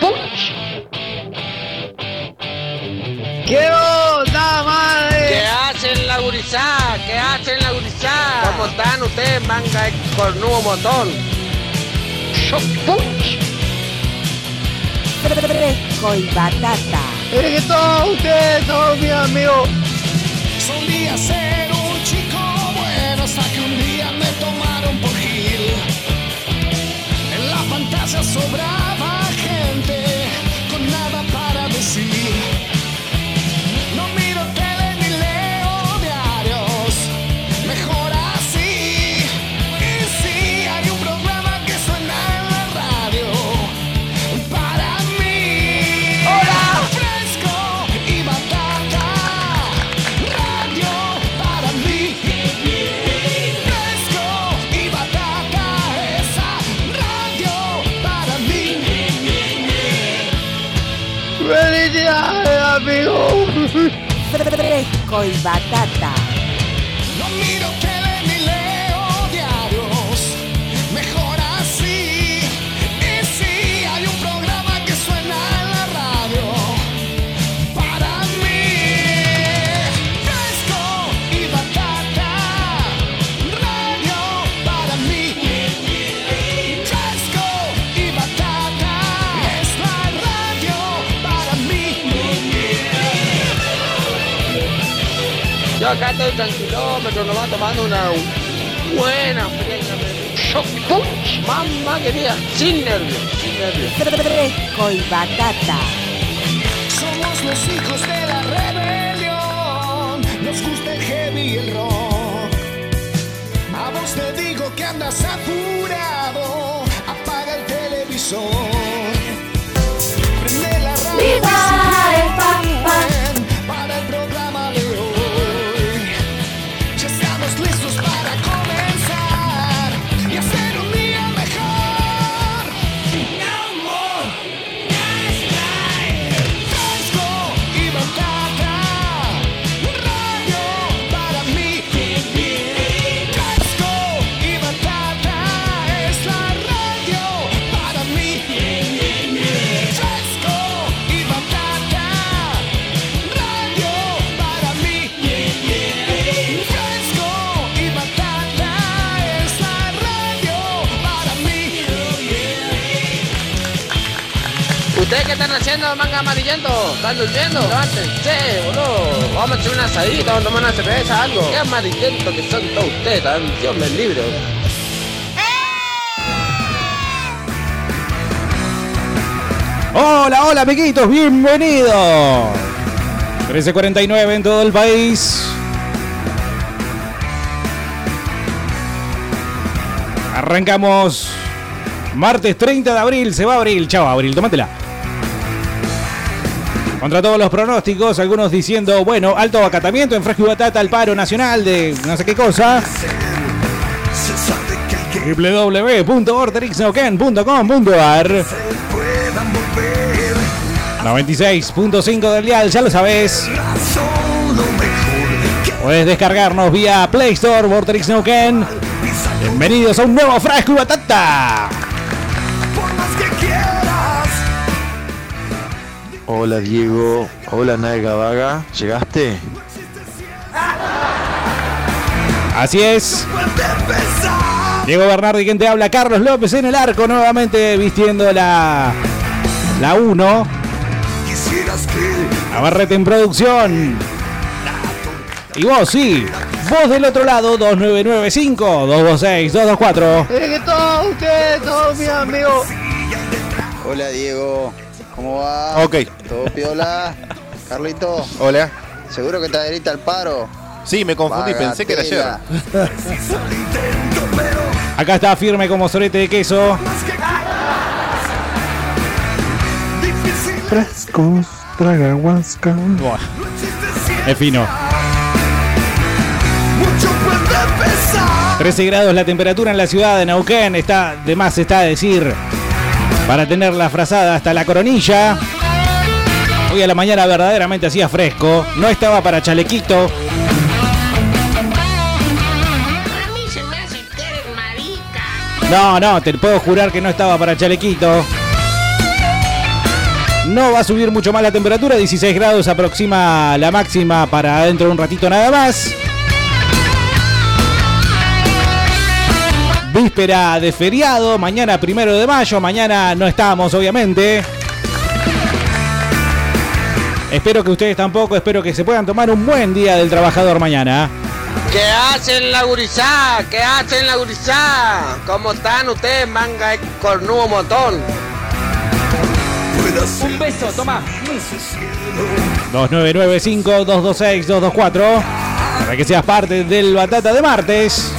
¡Punch! ¿Qué onda, ¿Qué madre? hacen la gurizada? ¿Qué hacen la gurizada? ¿Cómo están ustedes, manga de cornudo motor? ¡Punch! Fresco y batata. Es que todos ustedes son mis amigos. Solía ser un chico bueno hasta que un día me tomaron por Gil. En la fantasía sobraba gente con nada para decir. No miro tele ni leo diarios, mejor así. Y si hay un programa que suena en la radio, para mí. ¡Hola! Fresco y batata. Radio para mí Fresco y batata Esa radio para mí ¡Felicidades, amigos! Fresco y batata. No miro tele ni leo diarios Mejor así Y si hay un programa que suena en la radio Para mí Fresco y batata Radio para mí Fresco y batata es la radio para mí. Yo acá estoy tranquilo, pero nomás tomando una buena fresca. pero- ¡Punch! Mamma querida, sin nervios, sin nervios. Fresco y batata. Somos los hijos de la rebelión. Nos gusta el heavy y el rock. A vos te digo que andas apurado. Apaga el televisor. Prende la radio. y sube Para el programa de hoy. Ya estamos listos para comenzar y hacer un día mejor. No more. Fresco y batata, radio para mí. Fresco y batata es la radio para mí. Fresco y batata, radio para mí. Fresco y batata es la radio para mí. ¿Ustedes qué están haciendo, manga amarillento? ¿Están durmiendo? Levántense, boludo. Vamos a hacer una asadita, vamos a tomar una cerveza, algo. Qué amarillento que son todos ustedes, tan- Dios me libre. Hola, hola amiguitos, bienvenidos. 1349 en todo el país. Arrancamos martes 30 de abril, se va abril, chao abril, tómatela. Contra todos los pronósticos, algunos diciendo, bueno, alto acatamiento en Fresco y Batata al paro nacional de no sé qué cosa. www.orderixnaucan.com.ar 96.5 del dial, ya lo sabes. Puedes descargarnos vía Play Store, Vortex Neuquén. Bienvenidos a un nuevo Frasco y Batata. Hola Diego, hola Nalga Vaga, ¿llegaste? Así es. Diego Bernardi, quien te habla, Carlos López en el arco, nuevamente vistiendo la la 1. Abarrete en producción. Y vos, sí. Vos del otro lado, 2995-226-224. Es que todos ustedes son mis amigos. Hola Diego, ¿cómo va? Ok, ¿Todo piola? Carlito, hola. seguro que te adheriste al paro. Sí, me confundí, Vaga pensé que era ayer. tela. Acá está firme como sorete de queso. Frescos, traga huasca. Buah, es fino. 13 grados la temperatura en la ciudad de Neuquén. Está de más, está a decir. Para tener la frazada hasta la coronilla. Hoy a la mañana verdaderamente hacía fresco. No estaba para chalequito. A mí se me hace que eres marica. No, no, te puedo jurar que no estaba para chalequito. No va a subir mucho más la temperatura, 16 grados aproxima la máxima para dentro de un ratito nada más. Víspera de feriado, mañana primero de mayo, mañana no estamos obviamente. Espero que ustedes tampoco, espero que se puedan tomar un buen día del trabajador mañana. ¿Qué hacen la gurizá? ¿Qué hacen la gurizá? ¿Cómo están ustedes, manga de cornudo montón? 2995-226-224 para que seas parte del Batata de Martes.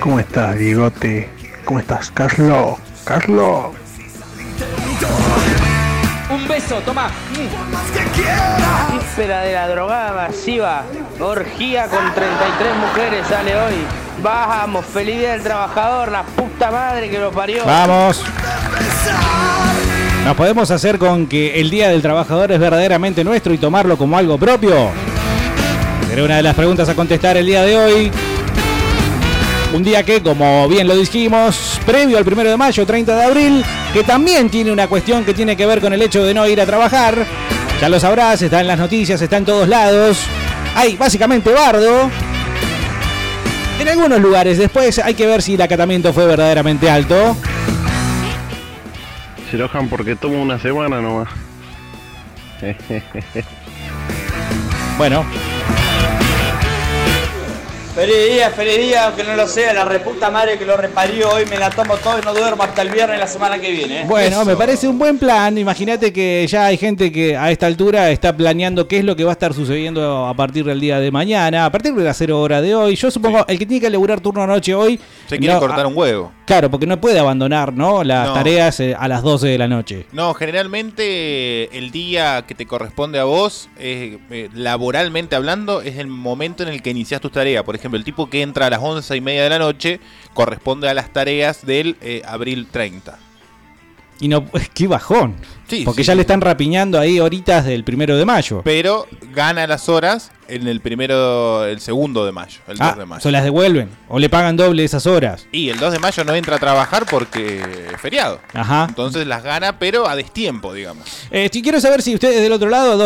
¿Cómo estás, Diegote? ¿Cómo estás, Carlos? Carlos. Víspera de la drogada masiva, orgía con 33 mujeres sale hoy. Bajamos, feliz día del trabajador, la puta madre que lo parió. Vamos. ¿Nos podemos hacer con que el Día del Trabajador es verdaderamente nuestro y tomarlo como algo propio? Será una de las preguntas a contestar el día de hoy. Un día que, como bien lo dijimos, previo al 1 de mayo, 30 de abril, que también tiene una cuestión que tiene que ver con el hecho de no ir a trabajar. Ya lo sabrás, está en las noticias, está en todos lados. Hay básicamente bardo. En algunos lugares, después hay que ver si el acatamiento fue verdaderamente alto. Se enojan porque tomo una semana nomás. Bueno, Feliz día, feliz día, aunque no lo sea, la reputa madre que lo reparió hoy me la tomo todo y no duermo hasta el viernes la semana que viene. ¿eh? Bueno, me parece un buen plan. Imagínate que ya hay gente que a esta altura está planeando qué es lo que va a estar sucediendo a partir del día de mañana, a partir de las 0 horas de hoy. Yo supongo, el que tiene que laburar turno noche hoy. Se quiere no, cortar ah, un huevo. Claro, porque no puede abandonar ¿no? las No. tareas eh, a las 12 de la noche. No, generalmente eh, el día que te corresponde a vos, eh, eh, laboralmente hablando, es el momento en el que inicias tus tareas. Por ejemplo, el tipo que entra a las once y media de la noche corresponde a las tareas del eh, abril 30. Y no, qué bajón. Sí, porque sí, ya sí. le están rapiñando ahí horitas del primero de mayo. Pero gana las horas en el primero, el segundo de mayo, el 2 Ah, de mayo. se las devuelven. O le pagan doble esas horas. Y el 2 de mayo no entra a trabajar porque es feriado. Ajá. Entonces las gana, pero a destiempo, digamos. Eh, si quiero saber si ustedes del otro lado,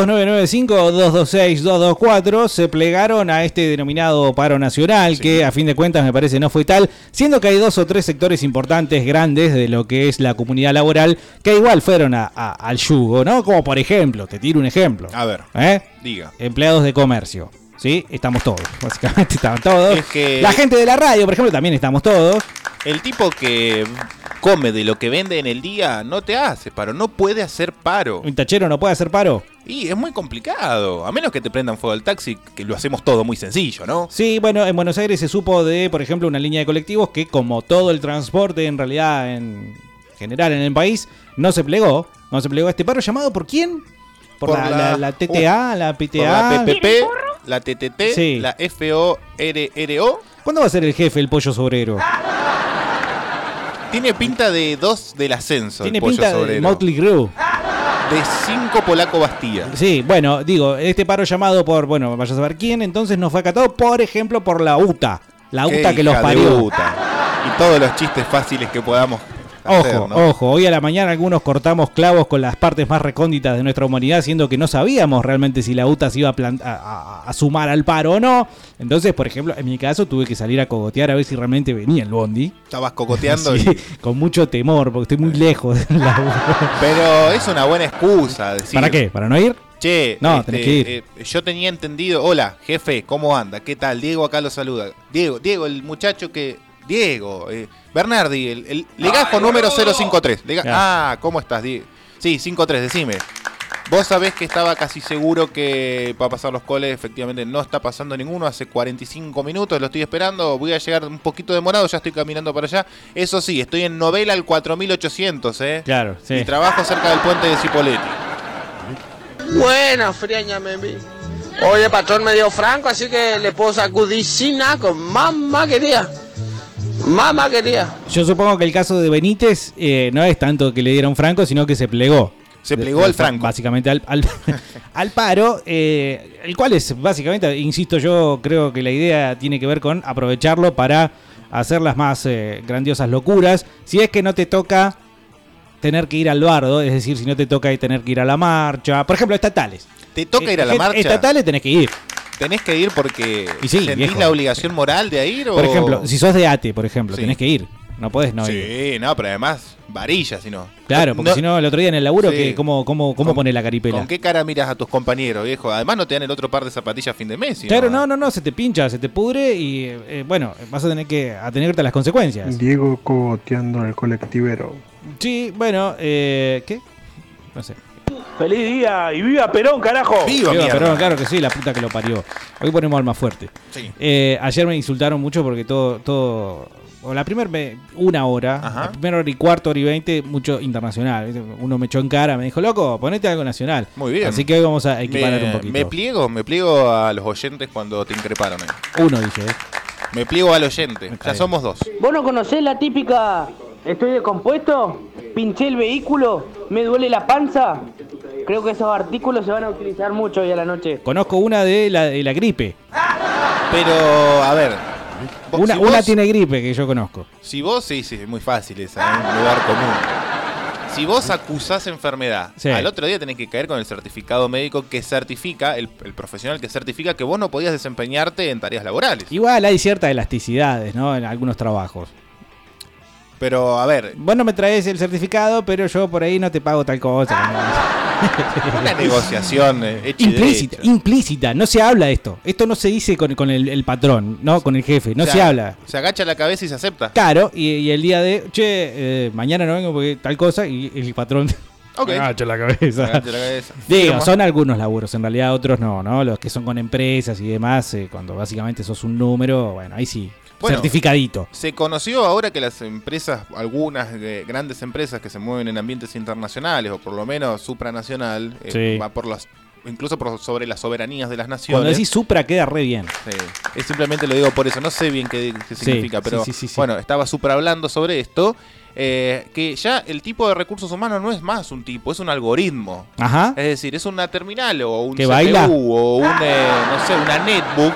2995-226-224, se plegaron a este denominado paro nacional, que a fin de cuentas me parece no fue tal, siendo que hay dos o tres sectores importantes, grandes, de lo que es la comunidad laboral, que igual fueron a- a- al yugo, ¿no? Como por ejemplo, te tiro un ejemplo. A ver, ¿Eh? diga. Empleados de comercio. ¿Sí? Estamos todos. Básicamente estamos todos. Es que- La gente de la radio, por ejemplo, también estamos todos. El tipo que come de lo que vende en el día no te hace paro, no puede hacer paro. Un tachero no puede hacer paro. Y es muy complicado, a menos que te prendan fuego al taxi, que lo hacemos todo muy sencillo, ¿no? Sí, bueno, en Buenos Aires se supo de, por ejemplo, una línea de colectivos que, como todo el transporte en realidad en general en el país, no se plegó. No se plegó a este paro llamado por quién? Por, Por la, la- la- la TTA, la Por la PTA. PPP, la TTT, Sí. la FORRO. ¿Cuándo va a ser el jefe, el pollo sobrero? Ah. Tiene pinta de dos del ascenso. el Tiene pollo pinta de sobrero. Motley Crue. De cinco polaco Bastilla. Sí, bueno, digo, este paro llamado por, bueno, vaya a saber quién, entonces no fue acatado, por ejemplo, por la UTA. La Qué UTA que los hija de parió. puta. Y todos los chistes fáciles que podamos hacer, Ojo, ¿no? ojo, hoy a la mañana algunos cortamos clavos con las partes más recónditas de nuestra humanidad, siendo que no sabíamos realmente si la UTA se iba a, plan- a- a- a sumar al paro o no. Entonces, por ejemplo, en mi caso tuve que salir a cogotear a ver si realmente venía el bondi. Estabas cocoteando Sí, y Con mucho temor, porque estoy muy lejos de la UTA. Pero es una buena excusa decir. ¿Para qué? ¿Para no ir? Che, No, este, tenés que ir. eh, yo tenía entendido. Hola, jefe, ¿cómo anda? ¿Qué tal? Diego acá lo saluda. Diego, Diego, el muchacho que. Diego, eh, Bernardi, el, el legajo número 053. Lega- Ya. Ah, ¿cómo estás, Diego? Sí, 53, decime. Vos sabés que estaba casi seguro que va a pasar los coles, efectivamente no está pasando ninguno, hace 45 minutos, lo estoy esperando, voy a llegar un poquito demorado, ya estoy caminando para allá. Eso sí, estoy en novela al 4800, ¿eh? Claro, Y trabajo cerca del puente de Cipoletti. ¿eh? Buena friaña me vi. Oye, el patrón me dio franco, así que le puedo sacudir sin naco. Mamá quería. Mamá quería. Yo supongo que el caso de Benítez eh, no es tanto que le dieron franco, sino que se plegó. Se de- plegó de- al Franco. Básicamente al, al- al paro, eh, el cual es básicamente, insisto, yo creo que la idea tiene que ver con aprovecharlo para hacer las más eh, grandiosas locuras. Si es que no te toca tener que ir al bardo, es decir, si no te toca tener que ir a la marcha, por ejemplo, estatales. ¿Te toca ir a la Eh, marcha? Estatales tenés que ir. ¿Tenés que ir porque Y sí, sentís viejo. la obligación moral de ir? O... Por ejemplo, si sos de ATE, por ejemplo, tenés que ir. No podés no sí, ir. no, pero además, varilla, si no. Claro, porque No- si no, el otro día en el laburo, Sí. que ¿cómo, cómo, cómo pone la caripela? ¿Con qué cara miras a tus compañeros, viejo? Además, no te dan el otro par de zapatillas a fin de mes. sino- Claro, no, no, no, se te pincha, se te pudre y eh, eh, bueno, vas a tener que atenerte a las consecuencias. Diego cogoteando al colectivero. Sí, bueno, eh, ¿qué? No sé. ¡Feliz día! ¡Y viva Perón, Oh, carajo! Viva Perón, claro que sí, la puta que lo parió. Hoy ponemos alma fuerte. Sí. Eh, ayer me insultaron mucho porque todo, todo. o la primera una hora, la primera hora y cuarto, hora y veinte, mucho internacional. ¿viste? Uno me echó en cara, me dijo, loco, ponete algo nacional. Muy bien. Así que hoy vamos a equiparar me, un poquito. me pliego, me pliego a los oyentes cuando te increparon. eh. Uno dije, eh. Me pliego al oyente. Ya cae. somos dos. ¿Vos no conocés la típica estoy descompuesto? ¿Pinché el vehículo? ¿Me duele la panza? Creo que esos artículos se van a utilizar mucho hoy a la noche. Conozco una de la, de la gripe. Pero, a ver. vos- Una, si una vos- tiene gripe que yo conozco. Si vos, sí, sí, es muy fácil esa, en un lugar común. Si vos acusás enfermedad, Sí. al otro día tenés que caer con el certificado médico que certifica, el, el profesional que certifica que vos no podías desempeñarte en tareas laborales. Igual hay ciertas elasticidades, ¿no? En algunos trabajos. Pero, a ver, Vos no me traes el certificado, pero yo por ahí no te pago tal Ah, cosa. una negociación eh, hecha y Implícita, derecha. implícita, no se habla de esto. Esto no se dice con, con el, el patrón, ¿no? Con el jefe, no O sea, se habla. Se agacha la cabeza y se acepta. Claro, y, y el día de, che, eh, mañana no vengo porque tal cosa, y el patrón Ok. me agacha la cabeza. Agacha la cabeza. Ah, Digo, Firma. son algunos laburos, en realidad otros no, ¿no? Los que son con empresas y demás, eh, cuando básicamente sos un número, bueno, ahí sí, Bueno, certificadito. Se conoció ahora que las empresas, algunas eh, grandes empresas que se mueven en ambientes internacionales o por lo menos supranacional, eh, Sí. va por las, incluso por sobre las soberanías de las naciones. Cuando decís supra queda re bien. Sí, es simplemente lo digo por eso, no sé bien qué, qué Sí, significa, sí, pero sí, sí, sí. bueno, estaba super hablando sobre esto, eh, que ya el tipo de recursos humanos no es más un tipo, es un algoritmo. Ajá. Es decir, es una terminal o un ¿Que baila? o un, eh, no sé, una netbook,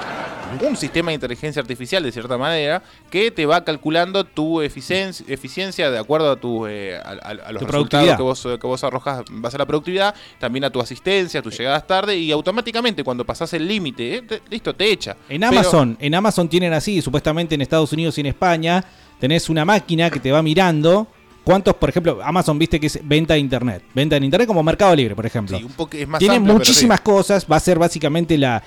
un sistema de inteligencia artificial de cierta manera, que te va calculando tu eficiencia, eficiencia de acuerdo a, tu, eh, a, a- a los resultados Tu productividad. que vos, que vos arrojas en base a la productividad, también a tu asistencia, a tus llegadas tarde, y automáticamente cuando pasás el límite, eh, te- listo, te echa. En Pero- Amazon, en Amazon tienen así, supuestamente en Estados Unidos y en España, tenés una máquina que te va mirando cuántos, por ejemplo, Amazon viste que es venta de internet, venta en internet como Mercado Libre, por ejemplo. un poco- es más Tiene amplio, pero sí. muchísimas cosas, va a ser básicamente la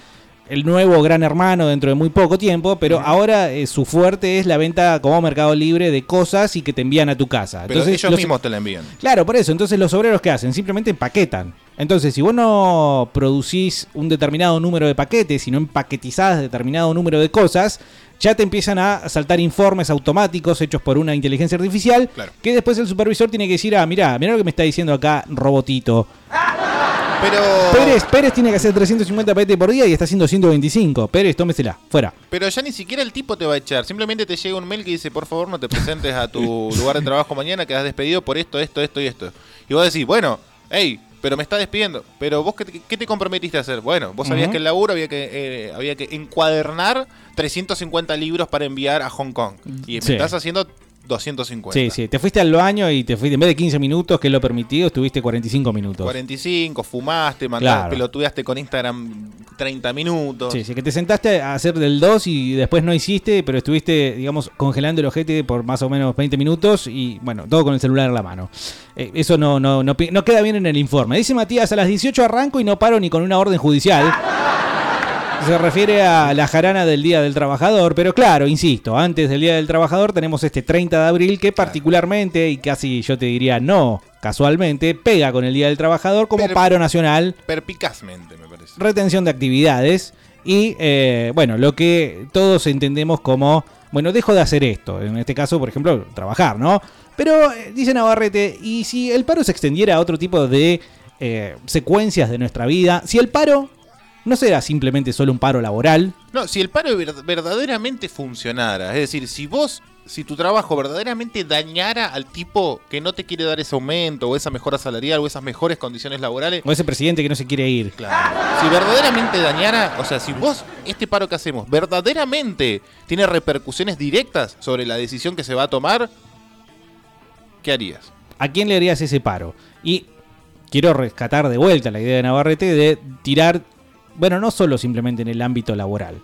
el nuevo gran hermano dentro de muy poco tiempo, pero ahora eh, su fuerte es la venta como Mercado Libre de cosas y que te envían a tu casa. Pero Entonces, ellos los- mismos te la envían. Claro, por eso. Entonces, los obreros que hacen simplemente empaquetan. Entonces, si vos no producís un determinado número de paquetes, sino empaquetizás determinado número de cosas, ya te empiezan a saltar informes automáticos hechos por una inteligencia artificial. Que después el supervisor tiene que decir: Ah, mirá, mirá lo que me está diciendo acá, robotito. Pero. Pérez, Pérez tiene que hacer 350 paquetes por día y está haciendo 125. Pérez, tómesela, fuera. Pero ya ni siquiera el tipo te va a echar. Simplemente te llega un mail que dice, por favor, no te presentes a tu lugar de trabajo mañana, que has despedido por esto, esto, esto y esto. Y vos decís, bueno, hey, pero me está despidiendo. Pero vos, ¿qué te, qué te comprometiste a hacer? Bueno, vos sabías Ujú. que el laburo había que, eh, había que encuadernar 350 libros para enviar a Hong Kong. Y me Sí. estás haciendo 250. Sí, sí. Te fuiste al baño y te fuiste, en vez de 15 minutos, que es lo permitido, estuviste 45 minutos. 45, fumaste, mandaste, Claro. pelotudeaste con Instagram 30 minutos. Sí, sí, que te sentaste a hacer del 2 y después no hiciste, pero estuviste, digamos, congelando el ojete por más o menos 20 minutos y, bueno, todo con el celular en la mano. Eh, eso no, no, no, pi- no queda bien en el informe. Dice Matías, a las 18 arranco y no paro ni con una orden judicial. Se refiere a la jarana del Día del Trabajador, pero claro, insisto, antes del Día del Trabajador tenemos este 30 de abril que particularmente, y casi yo te diría no, casualmente, pega con el Día del Trabajador como Pero- paro nacional Perpicazmente, me parece. retención de actividades y, eh, bueno, lo que todos entendemos como, bueno, dejo de hacer esto, en este caso, por ejemplo, trabajar, ¿no? Pero, eh, dice Navarrete, ¿y si el paro se extendiera a otro tipo de eh, secuencias de nuestra vida? Si el paro no será simplemente solo un paro laboral, No, si el paro ver- verdaderamente funcionara, es decir, si vos si tu trabajo verdaderamente dañara al tipo que no te quiere dar ese aumento o esa mejora salarial o esas mejores condiciones laborales, O ese presidente que no se quiere ir. si verdaderamente dañara, o sea, si vos, este paro que hacemos, verdaderamente tiene repercusiones directas sobre la decisión que se va a tomar, ¿qué harías? ¿A quién le harías ese paro? Y quiero rescatar de vuelta la idea de Navarrete de tirar, bueno, no solo simplemente en el ámbito laboral.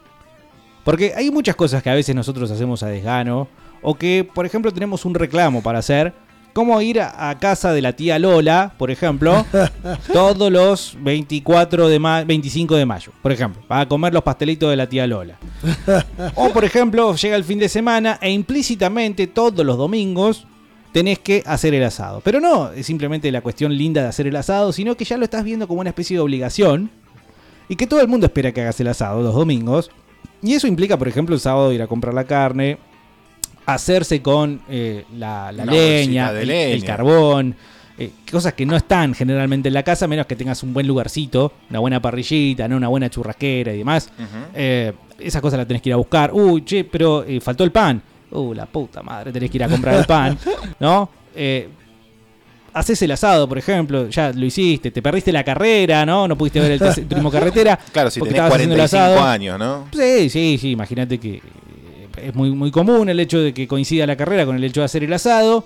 Porque hay muchas cosas que a veces nosotros hacemos a desgano, o que, por ejemplo, tenemos un reclamo para hacer, como ir a, a casa de la tía Lola, por ejemplo, todos los 24 de ma- 25 de mayo, por ejemplo, para comer los pastelitos de la tía Lola. O por ejemplo, llega el fin de semana e implícitamente todos los domingos tenés que hacer el asado. Pero no es simplemente la cuestión linda de hacer el asado, sino que ya lo estás viendo como una especie de obligación y que todo el mundo espera que hagas el asado los domingos. Y eso implica, por ejemplo, el sábado ir a comprar la carne, hacerse con eh, la, la Una leña, bolsita de el- el leña. carbón. eh, cosas que no están generalmente en la casa, a menos que tengas un buen lugarcito, una buena parrillita, ¿no? una buena churrasquera y demás. Eh, esas cosas las tenés que ir a buscar. Uy, che, pero eh, faltó el pan. Uh, la puta madre, tenés que ir a comprar el pan. ¿No? Eh, haces el asado, por ejemplo, ya lo hiciste, te perdiste la carrera, ¿no? No pudiste ver el tercer- turismo carretera. Claro, si porque tenés estabas haciendo el 45 asado. años, ¿no? Sí, sí, sí, imagínate que eh, es muy, muy común el hecho de que coincida la carrera con el hecho de hacer el asado.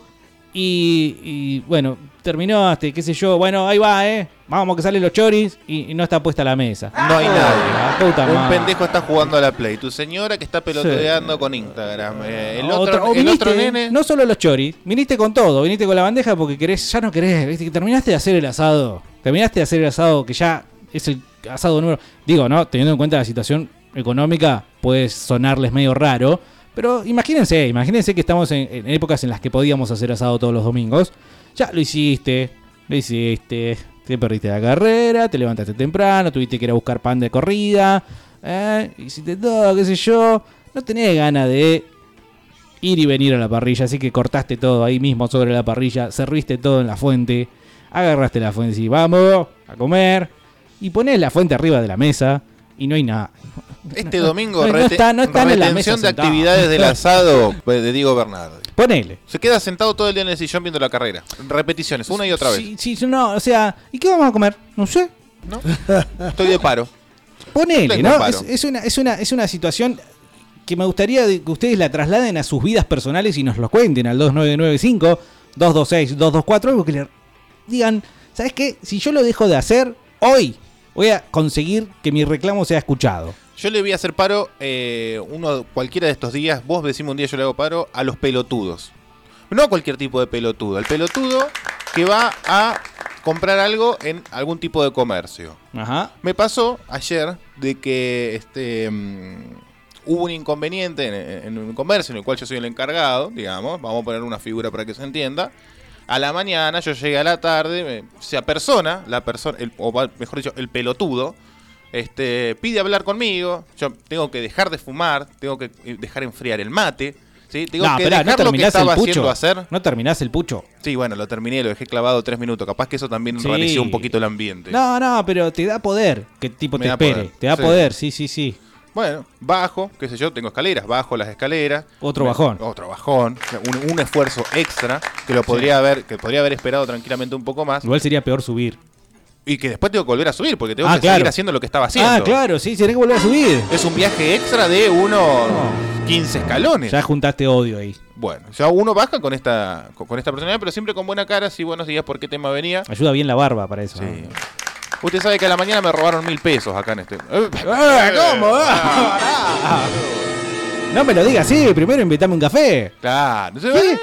Y, y, bueno, terminaste, qué sé yo, bueno, ahí va, ¿eh? Vamos que salen los choris y, y no está puesta la mesa. No hay Oh, nadie. la puta Ah. un madre. pendejo está jugando a la Play. Tu señora que está peloteando con Instagram. eh, el otro, Otra- o el viniste, otro nene. No solo los choris, viniste con todo, viniste con la bandeja porque querés, ya no querés, viste, que terminaste de hacer el asado. Terminaste de hacer el asado que ya es el asado número. Digo, ¿no? Teniendo en cuenta la situación económica, puede sonarles medio raro. Pero imagínense, imagínense que estamos en, en épocas en las que podíamos hacer asado todos los domingos. Ya lo hiciste, lo hiciste, te perdiste la carrera, te levantaste temprano, tuviste que ir a buscar pan de corrida, ¿eh? hiciste todo, qué sé yo. No tenés ganas de ir y venir a la parrilla, así que cortaste todo ahí mismo sobre la parrilla, serviste todo en la fuente, agarraste la fuente y decís, vamos a comer, y ponés la fuente arriba de la mesa y no hay nada. Este domingo, No, no rete- está- no está en la retención de mesa sentado. actividades del asado pues, de Diego Bernardo. Ponele. Se queda sentado todo el día en el sillón viendo la carrera. Repeticiones, una y otra vez. Sí, sí, yo no, o sea, ¿y qué vamos a comer? No sé. Estoy de paro. Ponele, Tengo ¿no? paro. Es, es una, es, una, es una situación que me gustaría de- que ustedes la trasladen a sus vidas personales y nos lo cuenten al 2995, 226, 224, algo que le digan, ¿sabes qué? Si yo lo dejo de hacer hoy, voy a conseguir que mi reclamo sea escuchado. Yo le voy a hacer paro eh, uno cualquiera de estos días. Vos decimos un día yo le hago paro a los pelotudos. No a cualquier tipo de pelotudo. Al pelotudo que va a comprar algo en algún tipo de comercio. Ajá. Me pasó ayer de que este mm, hubo un inconveniente en, en un comercio en el cual yo soy el encargado, digamos, vamos a poner una figura para que se entienda. A la mañana yo llegué a la tarde, me- se apersona, la persona, el- o va- mejor dicho, el pelotudo, este, pide hablar conmigo, yo tengo que dejar de fumar, tengo que eh, dejar enfriar el mate, ¿sí? tengo No, que esperá, dejar lo que estaba haciendo pucho. hacer. No terminás el pucho. Sí, bueno, lo terminé, lo dejé clavado tres minutos, capaz que eso también Sí. organizó un poquito el ambiente. No, no, pero te da poder que tipo Me te da espere. poder, Te da sí. poder, sí, sí, sí. Bueno, bajo, qué sé yo, tengo escaleras, bajo las escaleras. Otro Me- bajón. Otro bajón. o sea, Un, un esfuerzo extra que lo podría Sí. haber, que podría haber esperado tranquilamente un poco más. Igual sería peor subir. Y que después tengo que volver a subir, porque tengo Ah, que seguir claro. haciendo lo que estaba haciendo. Ah, claro, sí, tenés que volver a subir. Es un viaje extra de unos 15 escalones. Ya juntaste odio ahí. Bueno, ya uno baja con esta, con, con esta personalidad, pero siempre con buena cara, sí, buenos días, por qué tema venía. Ayuda bien la barba para eso. ¿no? Usted sabe que a la mañana me robaron mil pesos acá en este. Ah, Eh, ¿Cómo? No me lo digas así, primero invítame un café. Claro. eh,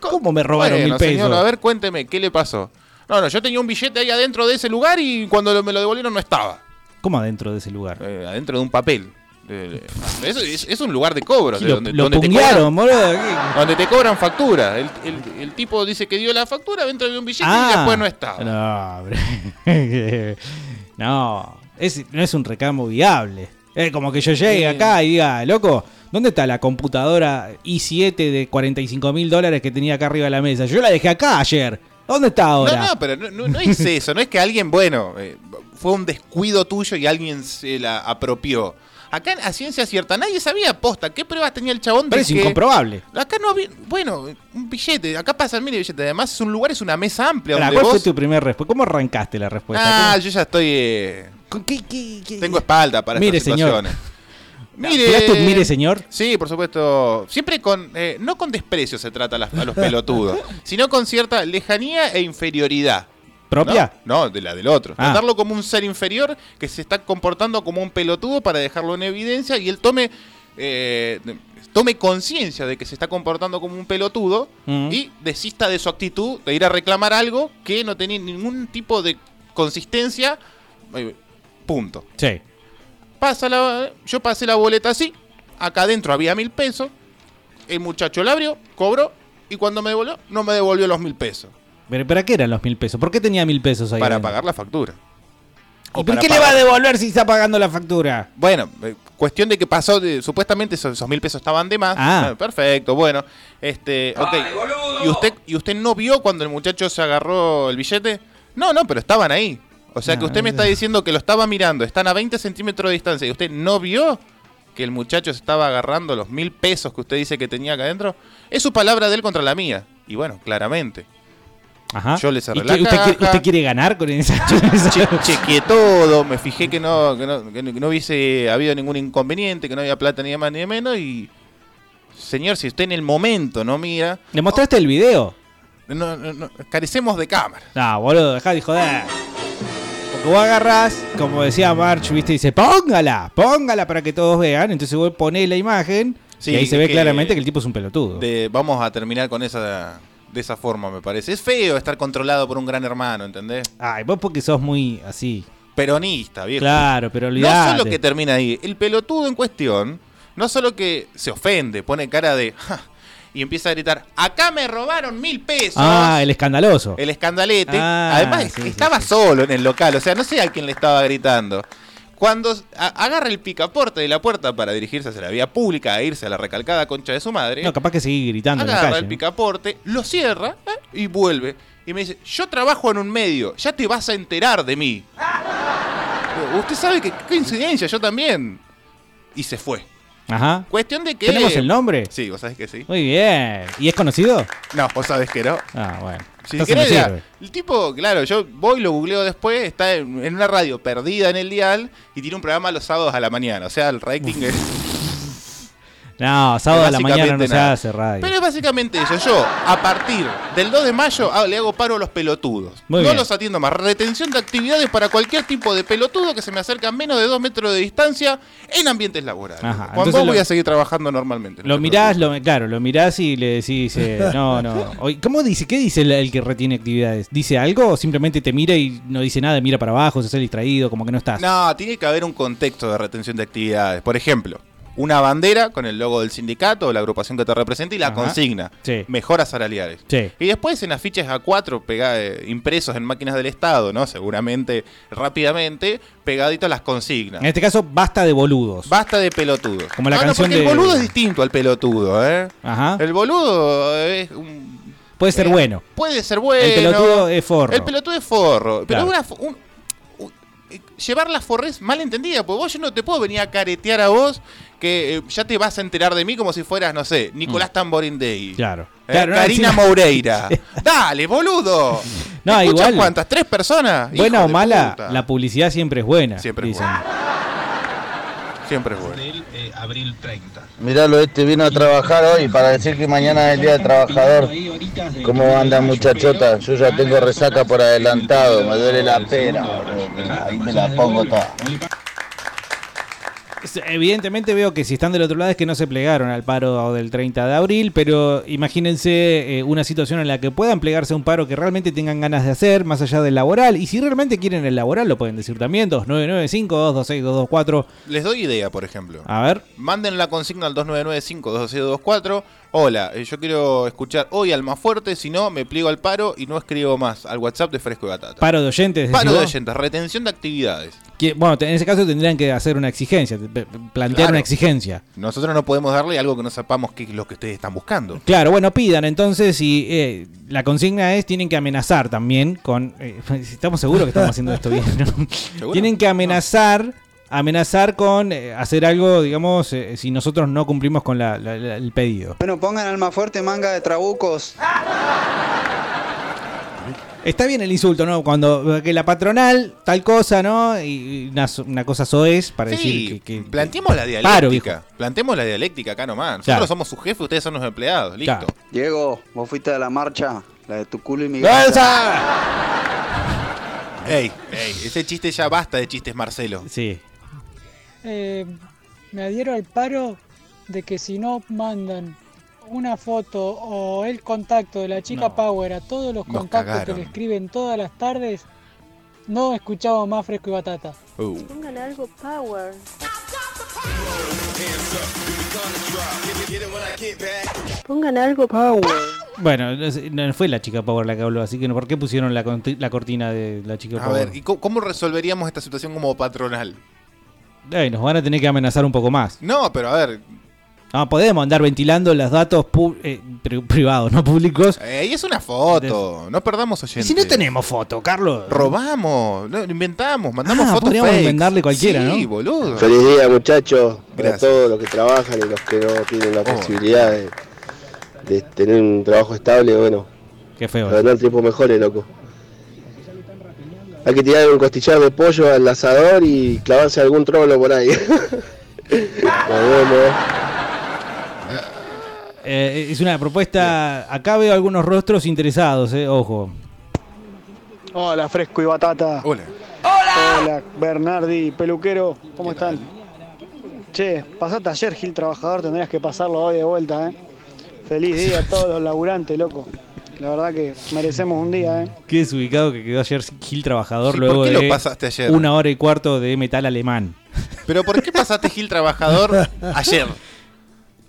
¿Cómo me robaron Bueno, mil pesos? señor, a ver, cuénteme, ¿qué le pasó? No, no, yo tenía un billete ahí adentro de ese lugar y cuando lo- me lo devolvieron no estaba. ¿Cómo adentro de ese lugar? Eh, adentro de un papel. Eh, es, es- es un lugar de cobro. Sí, de lo- donde, lo donde te Ah, punguearon, cobran, boludo. donde te cobran factura. El, el- el tipo dice que dio la factura dentro de un billete Ah, y después no estaba. No, hombre. no, es, no es un recamo viable. Es como que yo llegue acá y diga, loco, ¿dónde está la computadora i7 de 45 mil dólares que tenía acá arriba de la mesa? Yo la dejé acá ayer. ¿Dónde está ahora? No, no, pero no, no- no es eso. No es que alguien, bueno, eh, fue un descuido tuyo y alguien se la apropió. Acá a ciencia cierta, nadie sabía posta. ¿Qué pruebas tenía el chabón de Pero es que- incomprobable. Acá no había. Bueno, un billete. Acá pasan mil billetes. Además, es un lugar, es una mesa amplia. Pará, donde ¿Cuál fue vos... tu primer respuesta? ¿Cómo arrancaste la respuesta? Ah, ¿Cómo- yo ya estoy. eh, Tengo espalda para Mire, estas señor. situaciones. Mire, ¿Tiraste un mire, señor? Sí, por supuesto. Siempre con. eh, no con desprecio se trata a, las- a los pelotudos, sino con cierta lejanía e inferioridad. ¿Propia? No, no, de la del otro. Ah. Tratarlo como un ser inferior que se está comportando como un pelotudo para dejarlo en evidencia y él tome. eh, tome conciencia de que se está comportando como un pelotudo Mm. y desista de su actitud de ir a reclamar algo que no tenía ningún tipo de consistencia. Eh, Punto. Sí. Pasa la, yo pasé la boleta así. Acá adentro había mil pesos. El muchacho la abrió, cobró. Y cuando me devolvió, no me devolvió los mil pesos. ¿Pero para qué eran los mil pesos? ¿Por qué tenía mil pesos ahí? Para adentro? pagar la factura. ¿Y por qué le va a devolver si está pagando la factura? Bueno, eh, cuestión de que pasó, de- supuestamente esos, esos mil pesos estaban de más. Ah. Ah, perfecto, bueno. Este, ok. ¿Y, usted, ¿Y usted no vio cuando el muchacho se agarró el billete? No, no, pero estaban ahí. O sea que usted me está diciendo que lo estaba mirando, están a 20 centímetros de distancia y usted no vio que el muchacho se estaba agarrando los mil pesos que usted dice que tenía acá adentro. Es su palabra de él contra la mía. Y bueno, claramente. Ajá. Yo le cerré ¿Y la qué- usted, caja. quiere, usted quiere ganar con esa Che- chequeé todo, me fijé que no, que no, que no- que no hubiese habido ningún inconveniente, que no había plata ni de más ni de menos y... Señor, si usted en el momento no mira, ¿Le mostraste el video? no- no- no, carecemos de cámara. No, boludo, dejá de joder. Porque vos agarrás, como decía March, viste, dice, póngala, póngala para que todos vean. Entonces vos ponés la imagen Sí, y ahí se ve que- claramente que el tipo es un pelotudo. De- vamos a terminar con esa de esa forma, me parece. Es feo estar controlado por un gran hermano, ¿entendés? Ay, vos porque sos muy así. Peronista, viejo. Claro, pero No olvidate. solo que termina ahí, el pelotudo en cuestión, no solo que se ofende, pone cara de... "Ja", y empieza a gritar, acá me robaron mil pesos. Ah, el escandaloso. El escandalete. Ah, Además, es- estaba solo en el local, o sea, no sé a quién le estaba gritando. Cuando a- agarra el picaporte de la puerta para dirigirse hacia la vía pública, a irse a la recalcada concha de su madre, No, capaz que seguí gritando en la agarra calle. el ¿no? picaporte, lo cierra ¿eh? y vuelve. Y me dice, yo trabajo en un medio, ya te vas a enterar de mí. Digo, Usted sabe que qué incidencia, yo también. Y se fue. Ajá. Cuestión de que... ¿Tenemos el nombre? Sí, vos sabés que sí. Muy bien. ¿Y es conocido? No, vos sabés que no. Ah, bueno. Si Entonces querés, me ya, sirve. el tipo, claro, yo voy, lo googleo después, está en, en una radio perdida en el dial y tiene un programa los sábados a la mañana. O sea, el rating es... No, sábado a la Básicamente mañana no se nada. hace radio. Pero es básicamente eso. Yo, a partir del 2 de mayo, ah, le hago paro a los pelotudos. Muy no bien. los atiendo más. Retención de actividades para cualquier tipo de pelotudo que se me acerca a menos de 2 metros de distancia en ambientes laborales. Ajá, Juan, entonces vos lo- voy a seguir trabajando normalmente. este Lo mirás, lo, claro, lo mirás y le decís, eh, no, no. Oye, ¿Cómo dice? ¿Qué dice el, el que retiene actividades? ¿Dice algo o simplemente te mira y no dice nada, mira para abajo, se hace distraído, como que no estás? No, tiene que haber un contexto de retención de actividades. Por ejemplo, una bandera con el logo del sindicato o la agrupación que te representa y la Ajá. consigna. Sí. Mejoras salariales. Sí. Y después en afiches A4 pega- eh, impresos en máquinas del Estado, ¿no? Seguramente rápidamente, pegaditas las consignas. En este caso, basta de boludos. Basta de pelotudos. Ah, Como la No, no, canción porque de- Ah. el boludo es distinto al pelotudo, ¿eh? Ajá. El Eh, boludo es un- Puede ser bueno. puede ser bueno. El pelotudo es forro. El pelotudo es forro. Pero Claro. una fo- un- un- eh, llevar la forrez mal entendida, porque vos yo no te puedo venir a caretear a vos que eh, ya te vas a enterar de mí como si fueras, no sé, Nicolás Tamborindegui. Mm. Claro. Eh, Claro, no, Karina encima- Moureira. Dale, boludo. No, ¿Me escuchan igual. cuántas? ¿Tres personas? Hijo Buena o de mala, puta. la publicidad siempre es buena. Siempre es dicen. Siempre es bueno. abril 30. Miralo, este vino a trabajar hoy para decir que mañana es el Día del Trabajador. ¿Cómo andan muchachotas? Yo ya tengo resaca por adelantado, me duele la pera. boludo. Ahí me la pongo toda. Es- Evidentemente veo que si están del otro lado es que no se plegaron al paro del 30 de abril, pero imagínense eh, una situación en la que puedan plegarse a un paro que realmente tengan ganas de hacer, más allá del laboral, y si realmente quieren el laboral lo pueden decir también, 2995-226-224, Les doy idea, por ejemplo. a ver, Manden la consigna al 2995-226-224. Hola, eh, yo quiero escuchar hoy al más fuerte, si no, me pliego al paro y no escribo más al WhatsApp de Fresco y Batata. paro de oyentes. decís Paro de vos. oyentes, retención de actividades. Que, bueno, te- en ese caso tendrían que hacer una exigencia, te- pe- pe- plantear Claro. una exigencia. Nosotros no podemos darle algo que no sepamos qué es lo que ustedes están buscando. Claro, bueno, pidan entonces y eh, la consigna es, tienen que amenazar también con... eh, estamos seguros que estamos haciendo esto bien, ¿no? Tienen que amenazar amenazar con eh, hacer algo, digamos, eh, si nosotros no cumplimos con la- la- la- el pedido. Bueno, pongan alma fuerte, manga de trabucos. Está bien el insulto, ¿no? Cuando eh, que la patronal, tal cosa, ¿no? Y una, so- una cosa soez para decir Sí, que, que- planteemos la Paro, viejo. dialéctica. Planteemos la dialéctica acá nomás. Nosotros Claro. somos sus jefes, ustedes son los empleados. Listo. Diego, vos fuiste a la marcha, la de tu culo y mi ¡Gansa! Ey, ey, ese chiste ya basta de chistes, Marcelo. Sí. Eh, me adhiero al paro de que si no mandan una foto o el contacto de la chica Power a todos los Nos contactos cagaron. que le escriben todas las tardes, no escuchamos más fresco y batata. Uh. Póngale algo power. Pongan algo power. Bueno, no sé, no fue la chica Power la que habló, así que no, ¿por qué pusieron la, conti- la cortina de la chica A Power? ver, ¿y cómo, cómo resolveríamos esta situación como patronal? Ay, nos van a tener que amenazar un poco más. No, pero a ver, No Ah, podemos andar ventilando los datos pu- eh, pri- privados, no públicos. ahí es una foto. No perdamos Y oyentes. si no tenemos foto, Carlos. Robamos, no, inventamos, mandamos Ah, fotos podríamos fakes. inventarle cualquiera, Sí, ¿no? boludo. Feliz día, muchachos, para Gracias. todos los que trabajan y los que no tienen la Oh. posibilidad de, de tener un trabajo estable, bueno. Qué feo. Para ganar tiempos mejores, eh, loco. Hay que tirar un costillar de pollo al asador y clavarse algún trolo por ahí. Nos vemos. Eh, es una propuesta. Acá veo algunos rostros interesados, eh, ojo. Hola, Fresco y Batata. Hola. Hola. Bernardi, peluquero. ¿Cómo están? Che, pasaste ayer, Gil Trabajador. Tendrías que pasarlo hoy de vuelta, ¿eh? Feliz día a todos los laburantes, loco. La verdad que merecemos un día, ¿eh? Qué desubicado que quedó ayer Gil Trabajador Sí, ¿por luego qué lo de pasaste ayer? una hora y cuarto de metal alemán. Pero ¿por qué pasaste Gil Trabajador ayer?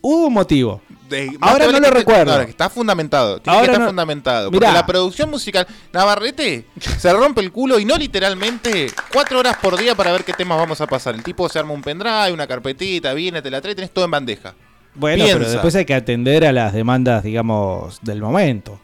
Hubo un motivo. De- más Ahora no probable lo que- recuerdo. Ahora que está fundamentado. Tiene Ahora que estar no- fundamentado. Mirá. Porque la producción musical. Navarrete se rompe el culo y no literalmente cuatro horas por día para ver qué temas vamos a pasar. El tipo se arma un pendrive, una carpetita, viene, te la trae, tenés todo en bandeja. Bueno, pero Piensa. después hay que atender a las demandas, digamos, del momento.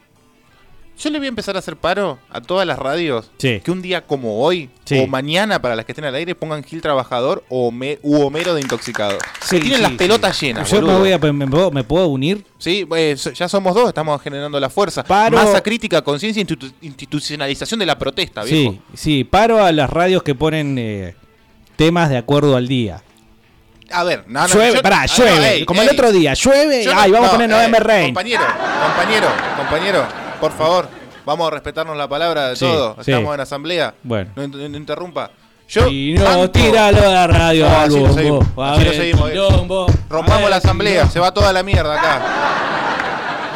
Yo le voy a empezar a hacer paro a todas las radios Sí. que un día como hoy Sí. o mañana para las que estén al aire pongan Gil Trabajador o me, u Homero de Intoxicado. Sí, Tienen sí, las sí. pelotas llenas. Yo me, boludo. voy a- me puedo- me puedo unir. Sí, eh, so- ya somos dos, estamos generando la fuerza. Paro- Masa crítica, conciencia, institu- institucionalización de la protesta, viejo. Sí, sí, paro a las radios que ponen eh, temas de acuerdo al día. A ver, no, no, llueve, yo- pará, ah, no, llueve. ey, como ey. el otro día, llueve. Yo no- ay, vamos no, a poner eh, November Rain. Compañero, compañero, compañero, por favor, vamos a respetarnos la palabra de Sí, todos. sí. Estamos en asamblea. Bueno. No, int- no interrumpa. Yo Y no, banco- tíralo de la radio, No, así al lo bombo. seguimos. A así lo ver, seguimos, eh. Rompamos la asamblea, se va toda la mierda acá.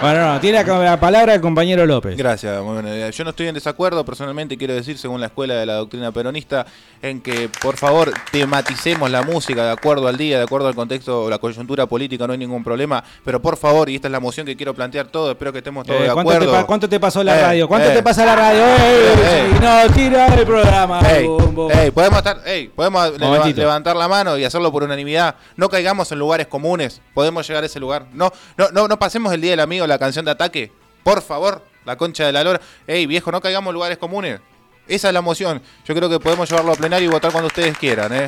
Bueno, no, tiene la, la palabra el compañero López. Eh, Gracias, muy buena idea. Yo no estoy en desacuerdo, personalmente quiero decir, según la escuela de la doctrina peronista, en que por favor tematicemos la música de acuerdo al día, de acuerdo al contexto o la coyuntura política, no hay ningún problema. Pero por favor, y esta es la moción que quiero plantear todo, espero que estemos todos Eh, de ¿cuánto, te acuerdo. pa- cuánto te pasó la Eh, radio? ¿Cuánto eh. te pasa la radio? ¡Ey! Eh, eh. No, tira el programa. al Ey, bombo. ey, podemos estar, ey, podemos leva- Momentito. levantar la mano y hacerlo por unanimidad. No caigamos en lugares comunes. Podemos llegar a ese lugar. No, no, no, no pasemos el día del amigo la canción de ataque. Por favor, la concha de la lora. Ey, viejo, no caigamos en lugares comunes. Esa es la moción. Yo creo que podemos llevarlo a plenario y votar cuando ustedes quieran, eh. Ya